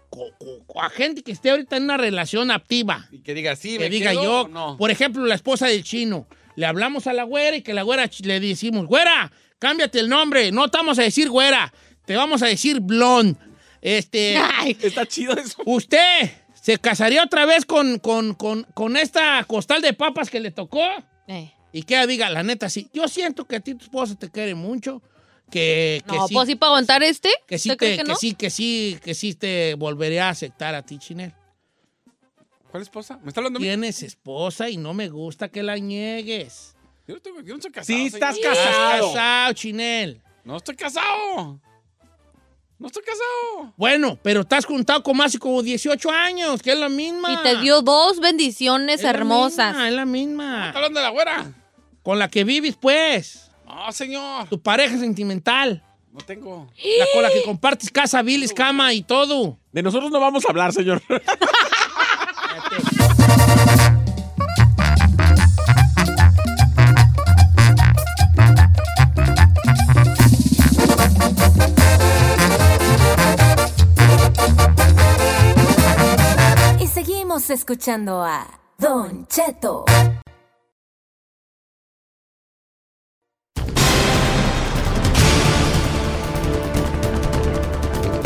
S3: co- co- co- a gente que esté ahorita en una relación activa.
S6: Y que diga sí,
S3: que
S6: me
S3: diga
S6: quedo
S3: yo,
S6: o no.
S3: por ejemplo, la esposa del chino. Le hablamos a la güera y que la güera ch- le decimos, güera, cámbiate el nombre. No te vamos a decir güera, te vamos a decir blond. Este,
S11: Está chido eso.
S3: ¿Usted se casaría otra vez con, con, con- con esta costal de papas que le tocó?
S5: Eh,
S3: Y que ella diga, la neta, sí. Yo siento que a ti tu esposa te quiere mucho. Que, que
S5: No,
S3: sí,
S5: pues sí, para aguantar este.
S3: que sí,
S5: ¿Usted cree
S3: te-
S5: que
S3: que
S5: no?
S3: sí, que sí, que sí te volvería a aceptar a ti, Chinel.
S6: ¿Cuál esposa? ¿Me está hablando a mí?
S3: Tienes esposa y no me gusta que la niegues.
S6: Yo no, tengo- yo no estoy casado.
S5: Ah,
S3: Sí,
S6: señor.
S3: estás casado. casado, Chinel.
S6: No estoy casado. No estoy casado.
S3: Bueno, pero estás juntado con más y como 18 años, que es la misma.
S5: Y te dio dos bendiciones
S3: la
S5: hermosas.
S3: misma, es la misma.
S6: Está hablando de la güera.
S3: Con la que vives, pues.
S6: No, señor.
S3: Tu pareja sentimental.
S6: No tengo.
S3: La con la que compartes casa, bilis, cama y todo.
S11: De nosotros no vamos a hablar, señor.
S12: escuchando a Don Cheto.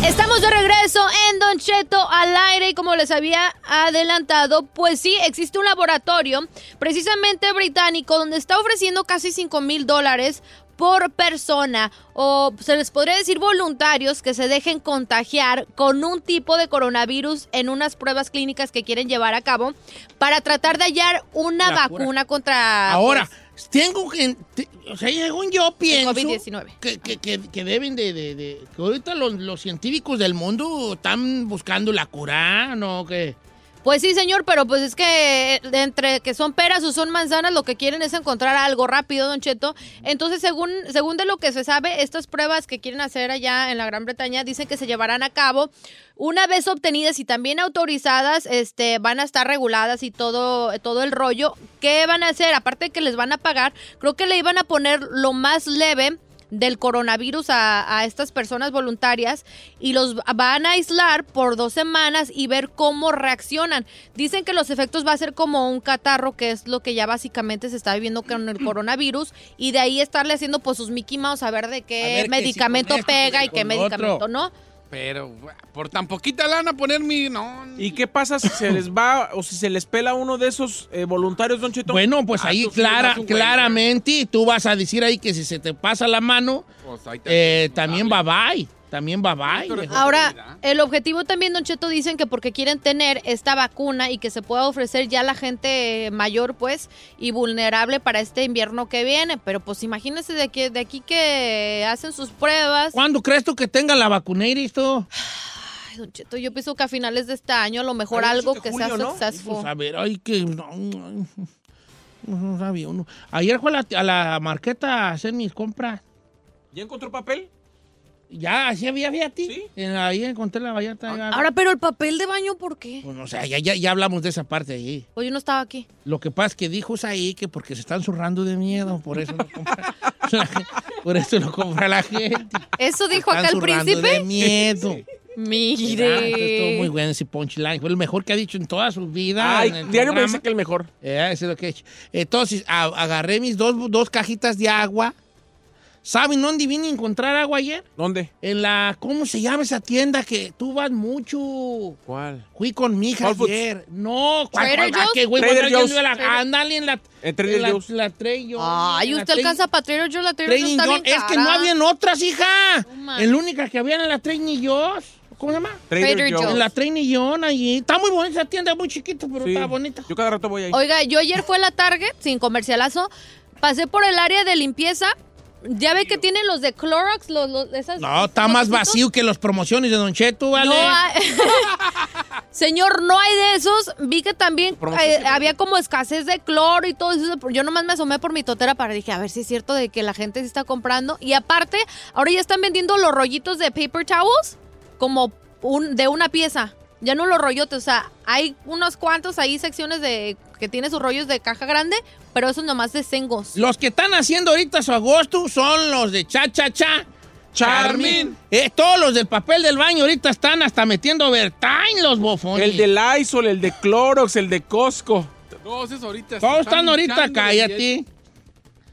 S5: Estamos de regreso en Don Cheto al aire y como les había adelantado, pues sí, existe un laboratorio precisamente británico donde está ofreciendo casi 5 mil dólares por persona o se les podría decir voluntarios que se dejen contagiar con un tipo de coronavirus en unas pruebas clínicas que quieren llevar a cabo para tratar de hallar una
S3: La cura.
S5: vacuna contra...
S3: Ahora,
S5: pues,
S3: tengo gente, o sea, según yo pienso
S5: COVID-19.
S3: que, que- que- que deben de, de- de- que ahorita los, los científicos del mundo están buscando la cura, ¿no? Que,
S5: Pues sí, señor, pero pues es que eh, entre que son peras o son manzanas, lo que quieren es encontrar algo rápido, Don Cheto. Entonces, según, según de lo que se sabe, estas pruebas que quieren hacer allá en la Gran Bretaña dicen que se llevarán a cabo una vez obtenidas y también autorizadas, este, van a estar reguladas y todo, todo el rollo. ¿Qué van a hacer? Aparte de que les van a pagar, creo que le iban a poner lo más leve del coronavirus a, a estas personas voluntarias y los van a aislar por dos semanas y ver cómo reaccionan. Dicen que los efectos va a ser como un catarro, que es lo que ya básicamente se está viviendo con el coronavirus, y de ahí estarle haciendo pues sus Mickey Mouse a ver de
S6: A
S5: qué
S6: ver que
S5: medicamento
S6: si con esto,
S5: pega
S6: que
S5: y qué
S6: con otro.
S5: medicamento no.
S6: Pero por tan poquita lana poner mi... No,
S11: ¿Y qué pasa si se les va o si se les pela uno de esos eh, voluntarios, Don Cheto?
S3: Bueno, pues
S6: ah,
S3: ahí clara, claramente tú vas a decir ahí que si se te pasa la mano,
S6: pues ahí Ah, te-
S3: eh, también bye bye, también bye bye.
S5: Ahora, el objetivo también, Don Cheto, dicen que porque quieren tener esta vacuna y que se pueda ofrecer ya a la gente mayor, pues, y vulnerable para este invierno que viene. Pero pues imagínense de, que, de aquí que hacen sus pruebas.
S3: ¿Cuándo crees tú que tenga la vacuna esto?
S5: Ay, Don Cheto, yo pienso que a finales de este año, a lo mejor
S3: Habían
S5: algo
S3: dicho
S5: que,
S3: que
S5: sea
S3: junio, ¿no?
S5: successful.
S3: Pues a ver, ay, que no, no, no sabía uno. Ayer fue a la, a la marqueta a hacer mis compras.
S11: ¿Ya encontró papel?
S3: Ya, así había, fíjate. En- ahí encontré la vallarta. ya-
S5: Ahora, pero el papel de baño, ¿por qué?
S3: Bueno, o sea, ya, ya, ya hablamos de esa parte ahí.
S5: Pues yo no estaba aquí.
S3: Lo que pasa es que dijo ahí que porque se están zurrando de miedo, por eso no compra, por eso no compra la gente.
S5: ¿Eso dijo
S3: Están
S5: acá el
S3: zurrando
S5: príncipe?
S3: de miedo. Ah, Estuvo muy
S5: Mire.
S3: bueno ese punchline. Fue el mejor que ha dicho en toda su vida.
S11: Ay,
S3: en el
S11: diario me
S3: programa.
S11: dice que el mejor.
S3: Eh, eso es lo que he hecho. Entonces, a- agarré mis dos, dos cajitas de agua. ¿Saben dónde vine a encontrar agua ayer?
S11: ¿Dónde?
S3: En la, ¿cómo se llama esa tienda que tú vas mucho?
S11: ¿Cuál?
S3: Fui con mi hija
S11: Whole Foods.
S3: ayer. No, ¿cuál-
S5: ¿Trader
S3: cuál- ah,
S5: Joe's?
S3: qué güey,
S11: Trader
S3: cuando alguien
S11: Joe's.
S3: iba a la- ándale en la...
S11: En Trader
S3: en la-
S11: Joe's.
S3: La Trader Joe's,
S5: Ay,
S3: en la
S5: usted
S3: Trader-
S5: alcanza para Trader Joe's, la Trader Joe's
S3: Trader
S5: está
S3: Joe's.
S5: bien
S3: Es que no
S5: cara.
S3: habían otras, hija.
S5: manches.
S3: el única que había en la Trader Joe's. ¿Cómo se llama?
S11: Trader Trader Joe's. Joe's.
S3: En la Trader Joe's allí. Está muy bonita esa tienda, muy chiquita, pero
S11: Sí.
S3: está bonita.
S11: Yo cada rato voy ahí.
S5: Oiga, yo ayer fue a la Target, sin comercialazo, pasé por el área de limpieza. Ya ve que tienen los de Clorox, los, los- esas...
S3: No, está más
S5: botitos.
S3: vacío que las promociones de Don Cheto, ¿vale?
S5: No hay- Señor, no hay de esos. Vi que también
S3: Promoción
S5: eh,
S3: secreta.
S5: había como escasez de cloro y todo eso. Yo nomás me asomé por mi totera para dije, a ver si es cierto de que la gente se está comprando. Y aparte, ahora ya están vendiendo los rollitos de paper towels como un, de una pieza. Ya no los rollotes, o sea, hay unos cuantos ahí secciones de que tiene sus rollos de caja grande, pero esos nomás de sengos.
S3: Los que están haciendo ahorita su agosto son los de Cha Cha Cha.
S11: Charmin.
S3: Eh, todos los del papel del baño ahorita están hasta metiendo overtime los bofones.
S11: El de Lysol, el de Clorox, el de Costco.
S6: Todos esos ahorita.
S3: Todos están ahorita,
S6: hinchando de
S3: cállate.
S6: billetes.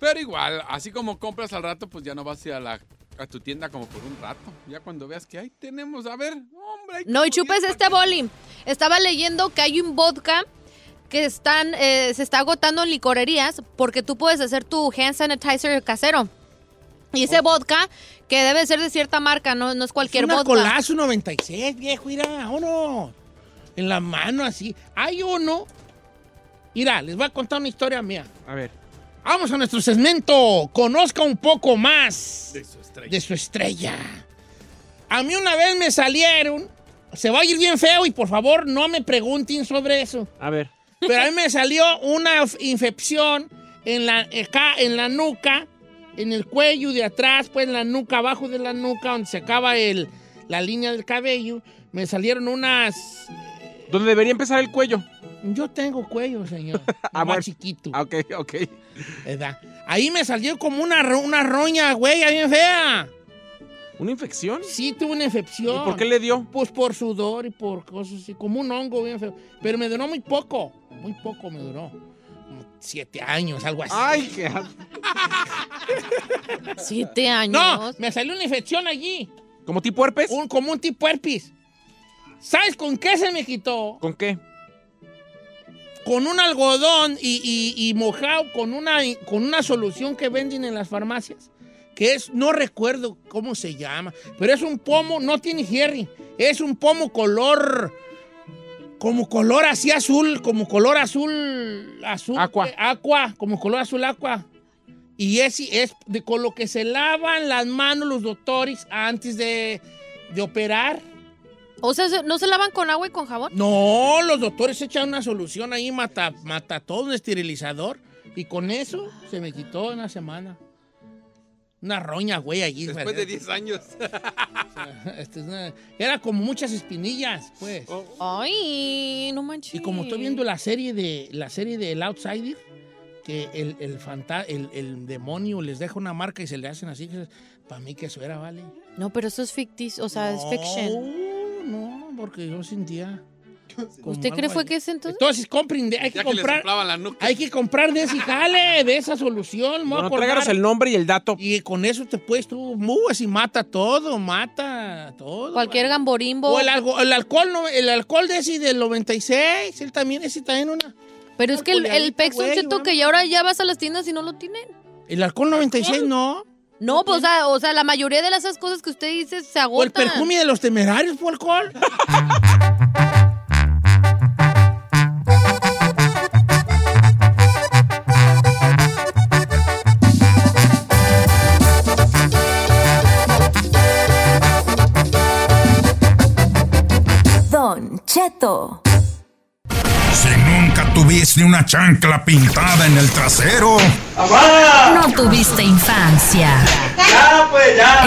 S6: Pero igual, así como compras al rato, pues ya no vas a ir a, la, a tu tienda como por un rato. Ya cuando veas que ahí tenemos, a ver, hombre. hay
S5: No, y chupes este boli. Estaba leyendo que hay un vodka que están, eh, se está agotando en licorerías porque tú puedes hacer tu hand sanitizer casero. Y ese vodka, que debe ser de cierta marca, no, no es cualquier
S3: Una
S5: vodka.
S3: colazo 96, viejo, mira, uno. En la mano así. Hay uno. Mira, les voy a contar una historia mía.
S11: A ver.
S3: Vamos a nuestro segmento. Conozca un poco más
S6: De su estrella.
S3: de su estrella. A mí una vez me salieron. Se va a ir bien feo y por favor no me pregunten sobre eso.
S11: A ver.
S3: Pero a mí me salió una f- infección en la, acá, en la nuca, en el cuello de atrás, pues en la nuca, abajo de la nuca, donde se acaba el, la línea del cabello. Me salieron unas...
S11: ¿Dónde debería empezar el cuello?
S3: Yo tengo cuello, señor. más chiquito.
S6: Ah,
S11: Ok, ok.
S3: ¿verdad? Ahí me salió como una, ro- una roña, güey, ahí bien fea.
S11: ¿Una infección?
S3: Sí, tuvo una infección.
S11: ¿Y por qué le dio?
S3: Pues por sudor y por cosas así, como un hongo bien feo. Pero me duró muy poco, muy poco me duró. Como Siete años, algo así.
S11: Ay, qué...
S5: Siete años.
S3: No, me salió una infección allí.
S11: ¿Como tipo herpes?
S3: Un, como un tipo herpes. ¿Sabes con qué se me quitó?
S11: ¿Con qué?
S3: Con un algodón y, y- y mojado con una, con una solución que venden en las farmacias. Que es, no recuerdo cómo se llama, pero es un pomo, no tiene jerry. Es un pomo color, como color así azul, como color azul, azul. Aqua. Aqua, como color azul aqua. Y es, es de, con lo que se lavan las manos los doctores antes de, de operar.
S5: O sea, ¿se- ¿no se lavan con agua y con jabón?
S3: No, los doctores echan una solución ahí, mata, mata todo, un esterilizador. Y con eso se me quitó en una semana. Una roña, güey, allí.
S6: Después de 10 años.
S3: Este, es una- Era como muchas espinillas, pues.
S6: Oh.
S5: Ay, no manches.
S3: Y como estoy viendo la serie de la serie del Outsider, que el, el, fanta- el, el demonio les deja una marca y se le hacen así, para mí que eso era, ¿vale?
S5: No, pero eso es ficticio, o sea, Ah, es fiction.
S3: No, no, porque yo sentía. como
S5: ¿Usted
S3: algo
S5: cree fue
S3: ahí.
S5: que es entonces?
S3: Entonces, compren, de- hay que
S6: Ya que le
S3: comprar.
S6: soplaban la nuca.
S3: Hay que comprar de ese jale, de esa solución. me voy a
S11: Bueno,
S3: acordar.
S11: tráiganos el nombre y el dato.
S3: Y con eso te puedes tú, mueves y mata todo, mata todo.
S5: Cualquier gamborimbo.
S3: O el, algo- el alcohol, no, el alcohol de ese del 96, él también, ese también una.
S5: Pero es que el, el
S3: Alcoholeadita,
S5: Pexon,
S3: güey,
S5: cheto,
S3: una-
S5: que ya ahora ya vas a las tiendas y no lo tienen.
S3: El alcohol 96 no.
S5: No, pues, o sea, o sea, la mayoría de las esas cosas que usted dice se
S3: O el
S5: agotan.
S3: perfume de los temerarios fue alcohol.
S12: Don Cheto.
S13: Si nunca tuviste una chancla pintada en el trasero.
S12: No tuviste infancia.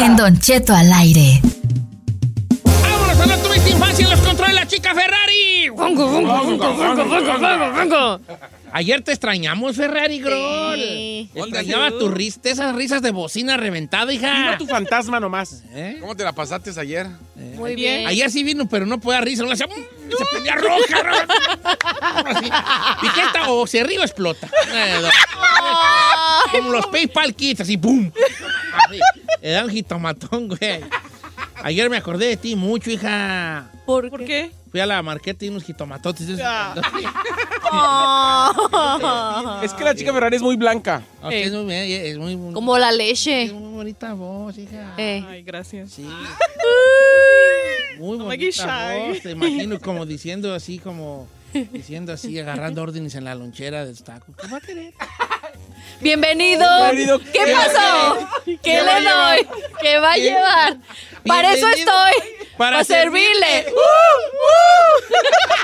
S12: En Don Cheto al aire.
S3: ¡Vámonos a la tuviste infancia en los controles de la chica Ferrari! ¡Fungo, fungo, fungo, fungo, fungo, fungo, fungo! Ayer te extrañamos, Ferrari Groll.
S5: Sí.
S3: Te Extrañaba tu ris- esas risas de bocina reventada, hija.
S11: Vino tu fantasma nomás. ¿Eh?
S6: ¿Cómo te la pasaste ayer?
S5: Muy bien.
S3: Ayer sí vino, pero no podía risa. no le hacía, mm, se ponía roja. roja. Así. ¿Y qué está? O se ríe o explota. Eh, no. Como los PayPal Kids, así, ¡boom! Así. Le da un jitomatón, güey. Ayer me acordé de ti mucho, hija.
S5: ¿Por,
S4: qué?
S3: Fui a la marqueta y unos jitomatotes. de esos.
S11: Es
S6: Ah,
S11: que la chica Ferrari es muy blanca.
S3: Ok, es muy bien, es muy bonita.
S5: Como la leche. Eh.
S3: Muy bonita voz, hija.
S4: Ay, gracias.
S3: Sí.
S4: Muy
S3: Muy bonita voz, te imagino como diciendo así, como diciendo así, agarrando órdenes en la lonchera del taco. ¿Qué va a querer?
S5: Bienvenido.
S3: Bienvenido.
S5: ¿Qué
S3: ¿Qué
S5: pasó? ¿Qué
S3: ¿Qué va a
S5: le doy? ¿Qué va a
S3: ¿Qué?
S5: llevar? Para eso
S3: Bienvenido.
S5: estoy.
S3: Para
S5: Para servirle.
S3: servirle.
S5: ¡Uh! ¡Uh!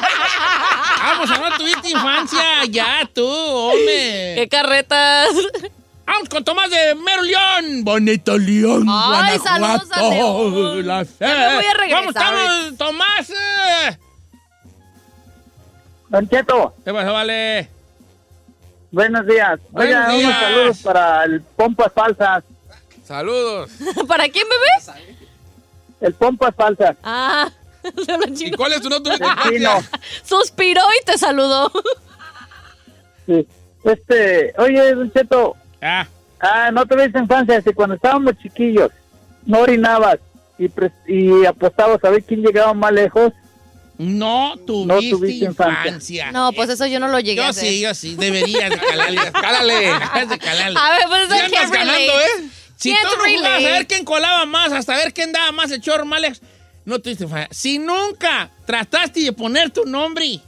S3: Vamos, a no tuviste infancia ya, tú, hombre.
S5: ¡Qué carretas!
S3: Vamos con Tomás de Mero León. Bonito León.
S5: Ay, saludos a
S3: Guanajuato. La
S5: Ya me voy a regresar.
S3: ¿Cómo estamos, Tomás? eh?
S14: Don Cheto,
S3: ¿Qué pasó, vale?
S14: buenos días.
S3: Buenos
S14: Oiga, unos
S3: días.
S14: saludos para el Pompas Falsas.
S6: Saludos.
S5: ¿Para quién, bebé?
S14: El Pompas Falsas.
S5: Ah, se lo chino.
S6: ¿Y cuál es tu nombre?
S14: Sí, no.
S5: Suspiró y te saludó.
S14: sí. Este, oye, Don Cheto.
S3: Ah.
S14: Ah, no tuviste infancia. Si cuando estábamos chiquillos, no orinabas y, pres- y apostabas a ver quién llegaba más lejos.
S3: No tuviste,
S14: tuviste infancia.
S3: infancia.
S5: No, pues eso yo no lo llegué a
S3: Yo
S5: hacer.
S3: sí, yo sí. Deberías de calarle. Cálale. Deberías de calarle.
S5: A ver, pues
S3: Ya
S5: eso
S3: andas
S5: can't relate.
S3: ganando, ¿eh? Si tú
S5: Can't
S3: no jugabas a
S5: relate.
S3: ver quién colaba más, hasta ver quién daba más el chorro, Alex, no tuviste falla. Si nunca trataste de poner tu nombre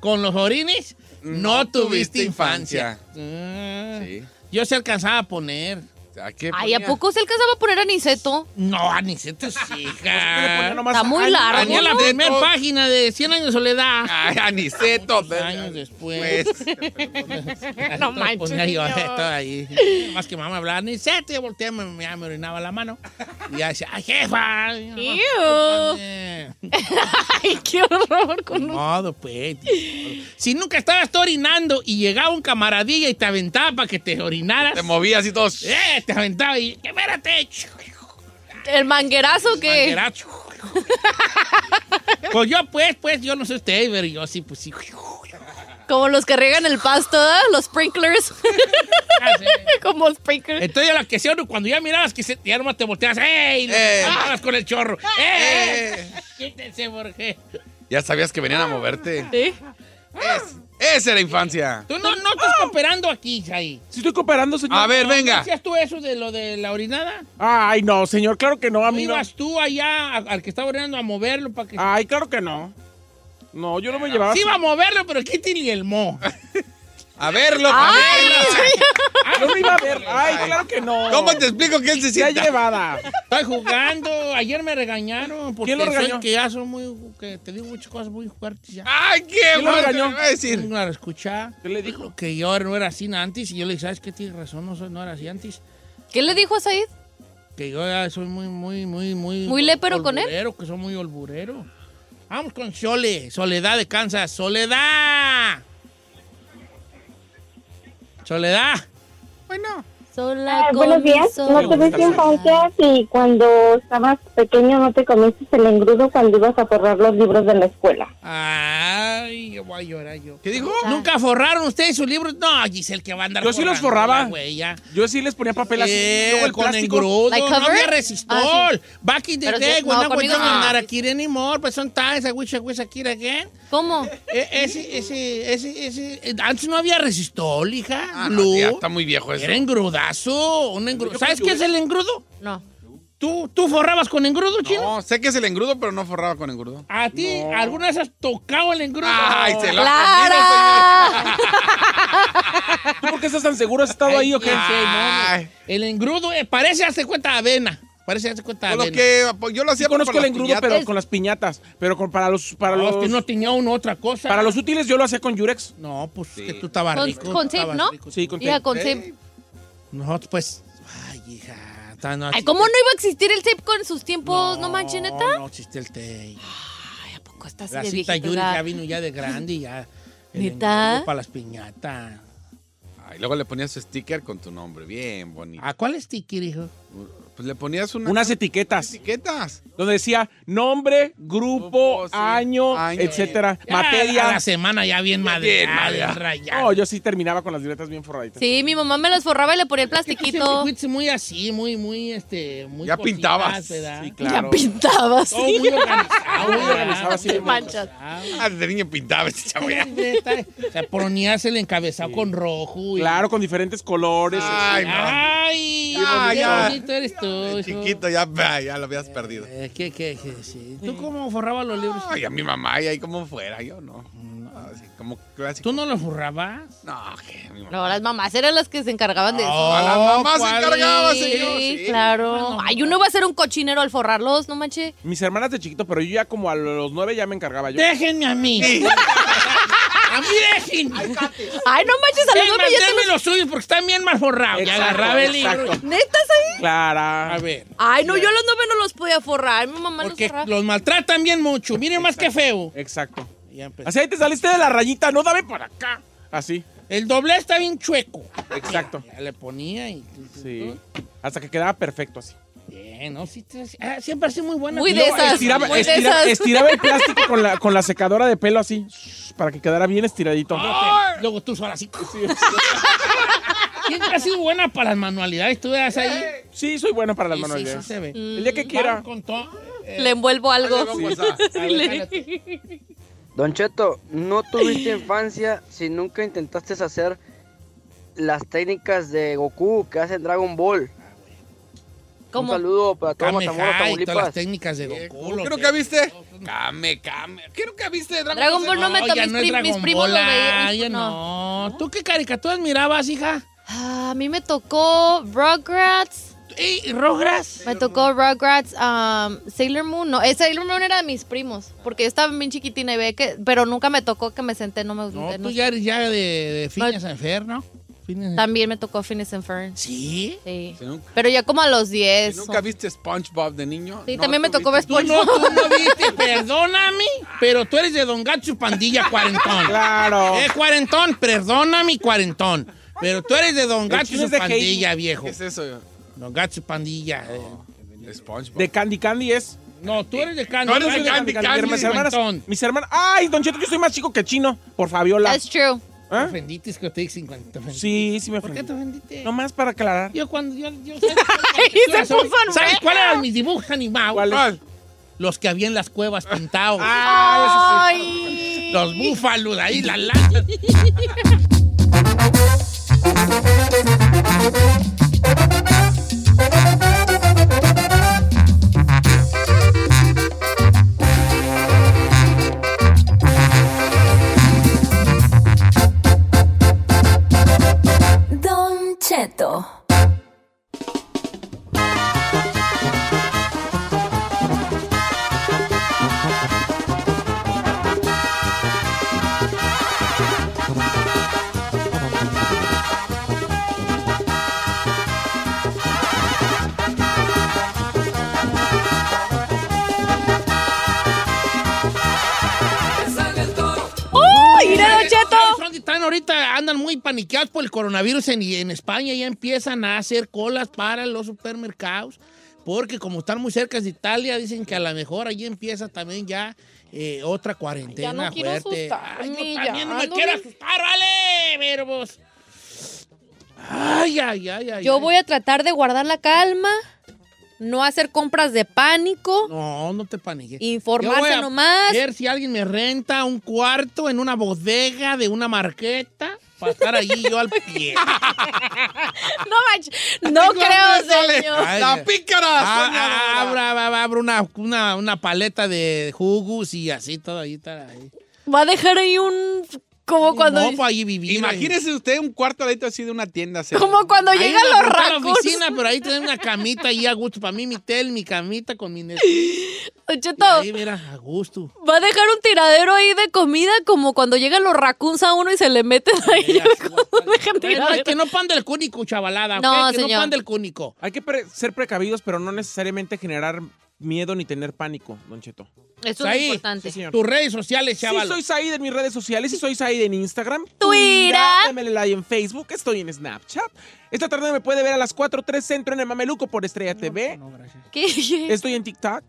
S3: con los orines, no, tuviste infancia. Mm.
S6: Sí.
S3: Yo se alcanzaba a poner.
S6: ¿A qué
S5: Ay, ¿a
S6: ponía?
S5: poco se alcanzaba a poner aniceto?
S3: No, ah, Aniceto es hija.
S5: Está muy largo,
S3: Tenía la
S5: ¿no?
S3: primera página de 100 años de soledad.
S6: Ay, Aniceto. pues,
S3: Dos años después.
S5: No
S3: Todo
S5: manches,
S3: ponía yo,
S5: señor.
S3: todo ahí. Más que mamá hablaba, ni se te volteé, me, me, me orinaba la mano. Y ya decía, ¡ay, jefa! Y yo,
S5: Ew.
S3: "Eh,
S5: Ay, qué horror
S3: ni
S5: con un-
S3: modo, pues. ni modo". Si nunca estabas tú orinando y llegaba un camaradilla y te aventaba para que te orinaras.
S6: Te movías y todos. ¿eh?
S3: ¡Eh! Te aventaba y. ¡Espérate!
S5: Te ¿El manguerazo que
S3: Manguerazo. Pues yo, pues, pues, yo no sé usted, pero yo sí, pues sí.
S5: Como los que riegan el pasto, ¿eh? los sprinklers. Como sprinklers.
S3: Entonces, a la que sea uno, cuando ya mirabas que se, ya nomás te volteas, ¡ey! ¡Vas con el chorro! ¡Ey! Quítense, Jorge.
S6: Ya sabías que venían a moverte.
S5: ¿Sí?
S6: Esa era infancia.
S3: Tú no, no estás cooperando aquí, Jai.
S11: Sí estoy cooperando, señor.
S6: A ver,
S3: ¿No ¿Decías tú eso de lo de la orinada?
S11: Ay, no, señor, claro que no, a
S3: ¿Tú
S11: mí no.
S3: ibas tú allá a- al que estaba orinando a moverlo para que...
S11: Ay, claro que no. No, yo no me llevaba.
S3: Sí iba a moverlo, pero Kitty ni el mo.
S6: A verlo,
S3: Ay,
S11: Yo Ah, no iba a ver. Ay, claro que no.
S6: ¿Cómo te explico que él se
S11: Ya
S6: sienta?
S11: llevada.
S3: Estoy jugando. Ayer me regañaron porque
S11: ¿Quién lo
S3: soy
S11: regañó?
S3: que ya son muy... que te digo muchas cosas muy fuertes ya.
S6: ¡Ay, qué
S11: ¿Quién lo
S6: bueno!
S11: regañó?
S6: Te voy a decir.
S3: Una escuchada.
S11: ¿Qué le dijo?
S3: Que yo no era así antes. Y yo le dije, ¿sabes qué? Tienes razón, no, soy, no era así antes.
S5: ¿Qué le dijo a Said?
S3: Que yo ya soy muy, muy, muy, muy...
S5: ¿Muy lépero con él?
S3: olburero, que soy muy olburero. Vamos con Sole. Soledad de Kansas. ¡Soledad! ¡Soledad!
S6: Bueno.
S5: Sola
S9: Ah, buenos días, no te ves infancia y cuando estabas pequeño no te comiste el engrudo cuando ibas a borrar los libros de la escuela.
S3: Ay, yo voy a llorar yo.
S6: ¿Qué dijo?
S3: ¿Nunca forraron ustedes sus libros? No, Giselle, que va a andar
S11: Yo sí los
S3: forrando,
S11: forraba.
S3: la güey, ya.
S11: Yo sí les ponía papel así.
S3: Eh,
S11: luego el
S3: con
S11: plástico.
S3: engrudo,
S5: Like
S3: no
S5: cover?
S3: había resistol.
S5: Ah, sí.
S3: Back in the
S5: Pero sí,
S3: day, when
S5: no,
S3: I was
S5: conmigo
S3: young and
S5: no.
S3: not a kid anymore, but sometimes I wish I was a kid again.
S5: ¿Cómo?
S3: Eh, ese, ese, ese, ese, eh, antes no había resistol, hija.
S6: Ah, no,
S3: Blue.
S6: ya está muy viejo eso.
S3: Era engrudazo, un engrudo.
S11: Yo
S3: ¿Sabes
S11: creo
S3: qué
S11: que
S3: es el engrudo?
S5: No.
S3: ¿Tú, tú forrabas con engrudo, chino?
S6: No, sé que es el engrudo, pero no forraba con engrudo.
S3: ¿A ti alguna vez has tocado el engrudo?
S6: ¡Ay, se lo ha comido el señor!
S5: ¡Clara!
S11: ¿Tú por qué estás tan seguro? ¿Has estado ahí o qué?
S6: Ay,
S3: El engrudo eh, parece hace cuenta avena. Parece hace cuenta
S6: con
S3: avena.
S6: lo que pues, yo lo
S11: Sí
S6: hacía
S11: conozco
S6: con
S11: el
S6: las
S11: engrudo,
S6: piñatas.
S11: pero con las piñatas. Pero con, para los para
S3: No, es
S11: los
S3: que no tenía una otra cosa.
S11: para los útiles yo lo hacía con Yurex.
S3: No, pues que tú estabas
S5: Con-
S3: rico.
S5: con
S3: tú estabas
S5: tape, ¿no?
S3: rico.
S11: Sí, con
S5: Mira,
S11: tape.
S5: con tape.
S3: No, pues. Ay, hija. ta- no
S5: Ay,
S3: existe-
S5: ¿cómo no iba a existir el tape con sus tiempos? No, manches, neta.
S3: No existe el té.
S5: Ay, ¿a poco estás
S3: La
S5: de
S3: cita
S5: viejito,
S3: Yuri
S5: verdad?
S3: ya vino ya de grande y ya. el
S5: ¿Neta?
S3: engrudo Para las piñatas.
S6: Ay, luego le ponías su sticker con tu nombre, bien bonito.
S3: ¿A cuál sticker, hijo?
S6: Pues le ponías una-
S11: Ah. Unas etiquetas
S6: etiquetas.
S11: donde decía nombre, grupo,
S6: Grupo, Oh, sí,
S11: Oh, año,
S6: año.
S11: etcétera,
S3: Ya
S11: materia.
S3: A la semana ya bien madre.
S6: Bien madreada.
S11: No, yo sí terminaba con las libretas bien forraditas.
S5: Sí, mi mamá me los forraba y le ponía el
S3: Siempre
S5: plastiquito.
S3: fuiste muy así, muy, muy, este, muy
S6: Ya
S3: cositas,
S6: pintabas.
S3: ¿verdad?
S11: Sí,
S5: Ya
S11: claro.
S5: pintabas.
S3: Todo muy organizado.
S11: Muy
S3: ¿verdad?
S11: organizado, sí,
S3: Muy
S11: de
S5: manchas.
S3: organizado.
S6: Ah, desde niño pintaba este chavo ya.
S3: O sea, ponías el encabezado con rojo. y-
S11: Claro, con diferentes colores.
S6: Ay, no.
S3: Ay,
S6: Ya,
S3: qué
S6: ya.
S3: bonito eres tú.
S6: De
S3: hijo.
S6: Chiquito, ya, ya lo habías perdido.
S3: Eh, ¿Qué, qué, qué? Sí. ¿Tú cómo forrabas los libros?
S6: Ay, a mi mamá, y ahí como fuera, yo no. Así como clásico.
S3: ¿Tú no los forrabas?
S6: No, que mi mamá.
S5: No, las mamás eran las que se encargaban de eso.
S3: No,
S6: a las mamás se
S3: ¿cuál?
S6: encargaba,
S5: Sí,
S6: señor. Sí.
S5: claro. Ay, uno iba a ser un cochinero al forrarlos, no manches.
S11: Mis hermanas de chiquito, pero yo ya como a los nueve ya me encargaba yo.
S3: Déjenme a mí. a mí déjenme.
S5: Ay, no manches, a los
S3: Venga,
S5: nueve ya te
S3: denme los suyos porque están bien más forrados. Ya
S11: Exacto,
S3: agarraba el libro.
S11: exacto.
S5: ¿Netas ahí?
S11: Clara.
S3: A ver.
S5: Ay, no, yo a los nueve no los podía forrar. Mi mamá los
S3: Porque
S5: forraba.
S3: los maltratan bien mucho. Miren más que feo.
S11: Exacto.
S3: Ya empezó.
S11: Así ahí te saliste de la rayita, no dame para acá. Así.
S3: El doble está bien chueco.
S11: Exacto.
S3: Ya le ponía y.
S11: Sí. Hasta que quedaba perfecto así.
S3: Bien, ¿no? Sí, te- ah, siempre ha sido muy buena.
S5: Muy
S3: Y
S5: de
S3: luego,
S5: esas.
S11: Estiraba,
S5: Muy de
S11: estiraba-
S5: esas.
S11: estiraba el plástico con la, con la secadora de pelo así, shh, para que quedara bien estiradito.
S3: Fíjate, Luego tú sola así. Siempre has sido buena para las manualidades. Tú veas ahí.
S11: Sí, soy bueno para las
S3: Y sí,
S11: manualidades.
S3: sí se ve.
S11: El día que
S3: Vamos
S11: quiera.
S3: Con todo. Eh,
S5: Le envuelvo algo.
S6: Luego, WhatsApp.
S3: a ver, espérate.
S15: Don Cheto, ¿no tuviste infancia si nunca intentaste hacer las técnicas de Goku que hace en Dragon Ball?
S5: ¿Cómo?
S15: Un saludo para todos Matamoros,
S3: Kamehameha y todas las
S15: Tamaulipas.
S3: técnicas de
S6: Eh,
S3: Goku. lo
S6: ¿Creo
S3: que-
S6: que viste? Came, came. Creo que viste Dragon,
S5: Dragon Ball no me
S3: ya
S5: mis,
S3: no es
S5: prim-
S3: Dragon
S5: mis primos
S3: Ball,
S5: lo veían.
S3: ah, ya
S5: no.
S3: no. ¿Tú qué caricaturas mirabas, hija?
S5: Ah, a mí me tocó Rugrats.
S3: ¿Y Rogras?
S5: Me tocó Rugrats, um, Sailor Moon. No, eh, Sailor Moon era de mis primos. Porque yo estaba bien chiquitina y veía que. Pero nunca me tocó que me senté, no me
S3: No,
S5: senté.
S3: tú
S5: Pues no.
S3: ya eres ya de, de Fines and Fer, ¿no? Phineas and-
S5: También me tocó Phineas and Ferb.
S3: ¿Sí?
S5: Sí.
S6: Si nunca,
S5: Pero ya como a los
S6: si
S5: 10.
S6: nunca viste SpongeBob de niño.
S5: Sí,
S6: no
S5: también me tocó ver
S6: tuviste-
S3: Tú no, tú no viste, perdóname, pero tú eres de Don Gacho Pandilla Cuarentón.
S11: Claro.
S3: Eh, cuarentón, perdóname, cuarentón. Pero tú eres de Don
S11: El
S3: Gacho
S11: chino
S3: su
S11: es de
S3: pandilla, viejo.
S6: ¿Qué es eso?
S3: Don Gacho pandilla. eh.
S6: SpongeBob.
S11: De Candy Candy es.
S3: No, tú eres de Candy
S11: Candy.
S3: Candy, Candy, Candy,
S11: Mis hermanas. Mis hermanas. Ay, Don Cheto, yo soy más chico que chino. Por Fabiola.
S5: That's true.
S11: ¿Eh?
S3: Te ofendiste, es que te dije 50.
S11: Sí, sí me
S3: ¿Por qué te ofendiste?
S11: Nomás para aclarar.
S3: Yo cuando yo, yo ¿Sabes
S11: se puso en
S3: ¿Sabes
S11: vela.
S3: cuáles eran mis dibujos animados?
S11: ¿Cuáles? Ah.
S3: Los que había en las cuevas pintados.
S5: Ay.
S3: Los búfalos ahí, la lana.
S12: Don Cheto.
S5: ¡Uy, mira, Don Cheto!
S3: ¿Sabes dónde Están ahorita, andan muy paniqueados por el coronavirus en, y en España ya empiezan a hacer colas para los supermercados porque como están muy cerca de Italia, dicen que a lo mejor allí empieza también ya eh, otra cuarentena
S5: Ya no quiero
S3: fuerte.
S5: asustarme,
S3: Ay, yo
S5: ya,
S3: también no me
S5: ando
S3: quiero
S5: bien-
S3: asustar, vale, verbos. Ay, ay, ay, ay.
S5: Yo
S3: ay.
S5: voy a tratar de guardar la calma, no hacer compras de pánico,
S3: No, no te paniques. Yo voy
S5: informarse
S3: a
S5: nomás.
S3: Ver si alguien me renta un cuarto en una bodega de una marqueta para estar allí yo al pie.
S5: No, manches, no creo, señor.
S3: La
S6: pícara.
S5: Ah,
S3: Ah,
S6: ah,
S3: abro una, una, una paleta de jugos y así todo ahí. tal, ahí.
S5: Va a dejar ahí un... Como cuando...
S3: mopo ahí vivir.
S6: Imagínese usted un cuarto ladito así de una tienda. se-
S5: Como cuando
S3: Ahí
S5: llegan
S3: me
S5: los
S3: apunté a la
S5: raccoons.
S3: oficina, pero ahí tienen una camita ahí a gusto. Para mí, mi tel, mi camita con mi... Nes-
S5: Don
S3: Y
S5: Cheto,
S3: ahí, mira, a gusto.
S5: va a dejar un tiradero ahí de comida como cuando llegan los raccoons a uno y se le meten ahí. Dejan
S3: Bueno,
S5: tiradero.
S3: es que no pan del cúnico, chavalada. ¿ok?
S5: No,
S3: que no
S5: señor.
S3: pan del cúnico.
S11: Hay que pre- ser precavidos, pero no necesariamente generar miedo ni tener pánico, Don Cheto.
S5: Eso es
S3: Ahí.
S5: importante.
S11: Sí, señor.
S3: Tus redes sociales,
S11: Sí,
S3: chaval.
S11: soy Said en mis redes sociales. Sí, soy Said en Instagram.
S5: Twitter.
S11: Dámele like en Facebook. Estoy en Snapchat. Esta tarde me puede ver a las 4.3 Centro en el Mameluco por Estrella TV.
S5: ¿Qué?
S11: Estoy en TikTok.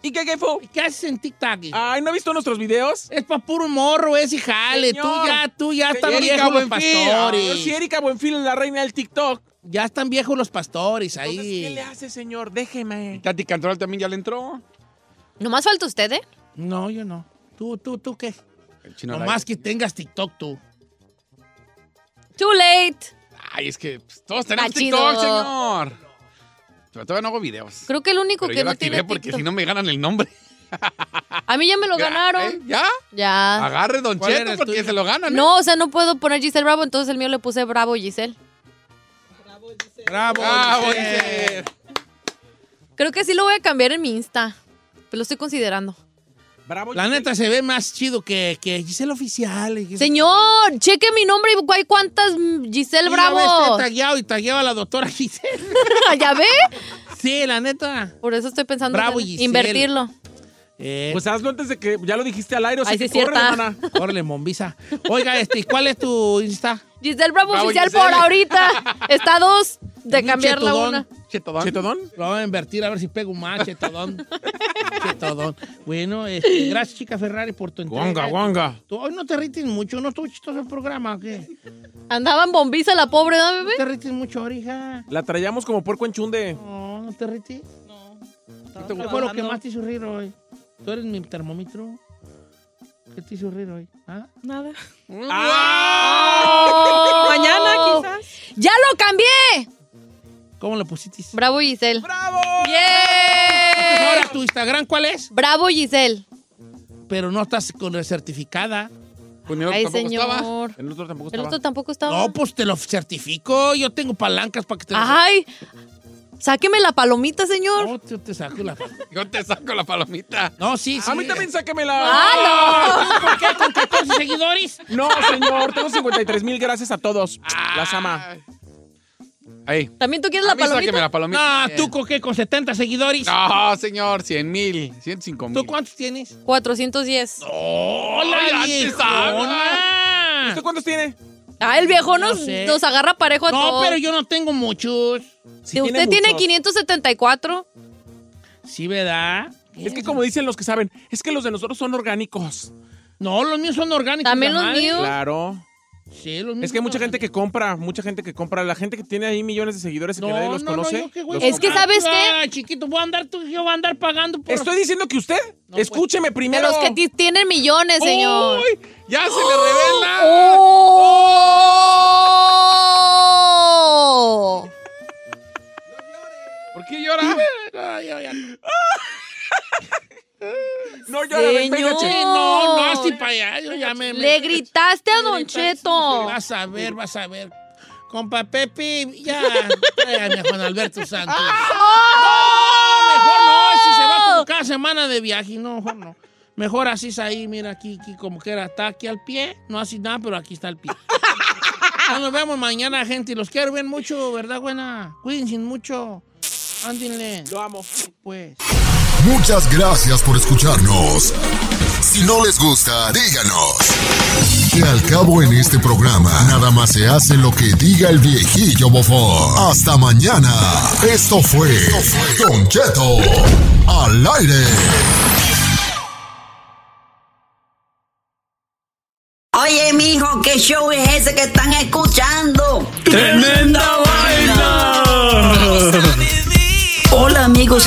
S11: ¿Y qué, Gefo?
S3: ¿Qué haces en TikTok? eh?
S11: Ay, ¿no ha visto nuestros videos?
S3: Es para puro morro ese jale.
S11: Señor.
S3: tú ya, tú ya están
S11: Señor,
S3: viejos los
S6: Benfield.
S11: Yo
S3: pastores.
S11: soy Erika Buenfil, la reina del TikTok.
S3: Ya están viejos los pastores
S11: Entonces, ¿qué
S3: ahí.
S11: le hace, señor? Déjeme.
S6: Tati Cantoral también ya le entró.
S5: Nomás falta usted, ¿eh?
S3: No, yo no. Tú, tú, tú, ¿qué?
S6: El chino
S3: Nomás
S6: Light.
S3: que tengas TikTok tú.
S5: Too late.
S6: Ay, es que pues, todos tenemos
S5: Está
S6: TikTok,
S5: chido.
S6: señor. Pero todavía no hago videos.
S5: Creo que el único
S6: Pero
S5: que
S6: ya lo
S5: no tiene
S6: activé porque
S5: TikTok.
S6: si no me ganan el nombre.
S5: A mí ya me lo
S6: ¿Eh? Ah,
S5: ganaron.
S6: ¿Ya?
S5: Ya.
S6: Agarre Don
S3: ¿Cuál
S6: Cheto
S3: eres
S6: porque
S3: tuyo?
S6: se lo ganan. ¿eh?
S5: No, o sea, no puedo poner Giselle Bravo, entonces el mío le puse Bravo Giselle.
S3: Bravo.
S6: Ah, voy
S3: Giselle.
S6: a ser.
S5: Creo que sí lo voy a cambiar en mi Insta. Lo estoy considerando.
S11: Bravo.
S3: La neta se ve más chido que, que Giselle Oficial. y Giselle-
S5: Señor, cheque mi nombre y hay cuántas mm, Giselle
S3: Y la ves, te
S5: Bravo.
S3: tagueado y tagueaba a la doctora Giselle.
S5: ¿Ya ve?
S3: Sí, la neta.
S5: Por eso estoy pensando
S3: Bravo
S5: en
S3: Giselle.
S5: invertirlo.
S3: Eh,
S11: Pues hazlo antes de que ya lo dijiste al aire. O sea,
S5: Ay,
S11: que
S5: sí, es
S11: córrele,
S5: cierta.
S11: mana.
S3: órale, Mombisa. Oiga, este, ¿y ¿cuál es tu Insta?
S5: Giselle Bravo,
S6: Bravo
S5: oficial
S6: Giselle.
S5: por ahorita. Está a dos de
S3: Un
S5: cambiar la
S3: chetudón.
S5: una.
S6: Chetodón.
S11: ¿Chetodón?
S3: Lo vamos a invertir a ver si pego un más, chetodón. chetodón. Bueno, este, gracias, chica Ferrari, por tu entrega.
S11: Guanga, guanga.
S3: Tú hoy no te rites mucho, no estuvo chistoso el programa, ¿o qué?
S5: Andaban bombiza la pobre, ¿no,
S3: No te
S5: bebé?
S3: rites mucho, orija.
S11: La traíamos como puerco en chunde.
S3: No, no te rites.
S4: No.
S3: ¿Qué fue lo que más te hizo reír hoy? ¿Tú eres mi termómetro? ¿Qué te hizo reír hoy? ¿Ah?
S4: Nada.
S6: Oh.
S11: ¡Ah!
S4: Mañana quizás.
S5: ¡Ya lo cambié!
S3: ¿Cómo lo pusiste?
S5: Bravo Giselle.
S11: ¡Bravo!
S3: Entonces,
S5: ¡Bien!
S3: Ahora tu Instagram, ¿cuál es?
S5: Bravo Giselle.
S3: Pero no estás con la certificada.
S6: Pues, no,
S5: Ay,
S6: tampoco estaba.
S5: señor.
S11: El otro tampoco
S5: El
S11: estaba.
S5: otro tampoco estaba.
S3: No, pues te lo certifico. Yo tengo palancas para que te lo
S5: Ay, sáqueme la palomita, señor.
S3: No, yo te saco la
S6: Yo te saco la palomita.
S3: No, sí, sí.
S11: A mí también sáquemela.
S5: Ah,
S3: ¿Por qué? ¿Con 14 seguidores?
S11: No, señor, tengo 53 mil gracias a todos. Las ama.
S6: Ahí.
S5: También tú quieres
S6: A
S5: la
S6: mí sáqueme
S5: palomita.
S6: la palomita.
S3: No, ¿tú con qué? ¿Con 70 seguidores?
S6: No, señor, 100 mil, 105 mil.
S3: ¿Tú cuántos tienes?
S5: 410.
S3: ¡Hola,
S6: ya te
S3: viejona!
S11: ¿Usted cuántos tiene?
S5: Ah, el viejo
S3: No
S5: nos,
S3: sé.
S5: nos agarra parejo a
S3: No,
S5: todos.
S3: pero yo no tengo muchos.
S11: Sí,
S5: usted tiene
S11: muchos.
S5: 574.
S3: Sí, ¿verdad?
S11: Es que como dicen los que saben, es que los de nosotros son orgánicos.
S3: No, los míos son orgánicos.
S5: También los madre. míos.
S11: Claro.
S3: Sí, los míos.
S11: Es que hay mucha gente que compra, mucha gente que compra. La gente que tiene ahí millones de seguidores y que nadie los conoce.
S3: yo qué güey,
S11: los
S3: no
S11: compra.
S3: mames. Ay, chiquito, voy a andar, tú, yo voy a andar pagando por... pues.
S11: Estoy diciendo que usted, escúcheme
S5: De
S11: primero.
S5: los que ti- tienen millones, señor.
S11: ¡Uy! ¡Ya se le revela!
S3: ¡Oh!
S5: ¡Oh!
S6: ¿Por qué llora?
S3: No, yo ya no.
S11: No,
S3: yo la
S5: Señor.
S3: despeinaché. No, no, así para allá. Yo ya me,
S5: Le gritaste a Don Cheto.
S3: Vas a ver, vas a ver. Compa Pepe, ya. Tráigame a Juan Alberto Santos.
S5: ¡Ah!
S3: Mejor no, si se va como cada semana de viaje. No, mejor no. Mejor así es ahí, mira aquí, aquí como que era. Está aquí al pie. No así nada, pero aquí está el pie. Ya nos vemos mañana, gente. Los quiero bien mucho, ¿verdad, buena? Cuídense mucho. Ándenle. Lo
S11: amo.
S3: Pues.
S16: Muchas gracias por escucharnos. Si no les gusta, díganos. Que al cabo en este programa, nada más se hace lo que diga el viejillo bofón. Hasta mañana. Esto fue Don Cheto al aire.
S17: Oye, mijo, ¿qué show es ese que están escuchando?
S18: ¡Tremenda vaina!
S17: Hola amigos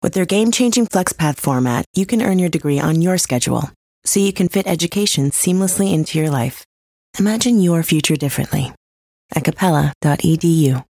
S19: With their game changing FlexPath format, you can earn your degree on your schedule so you can fit education seamlessly into your life. Imagine your future differently at capella.edu.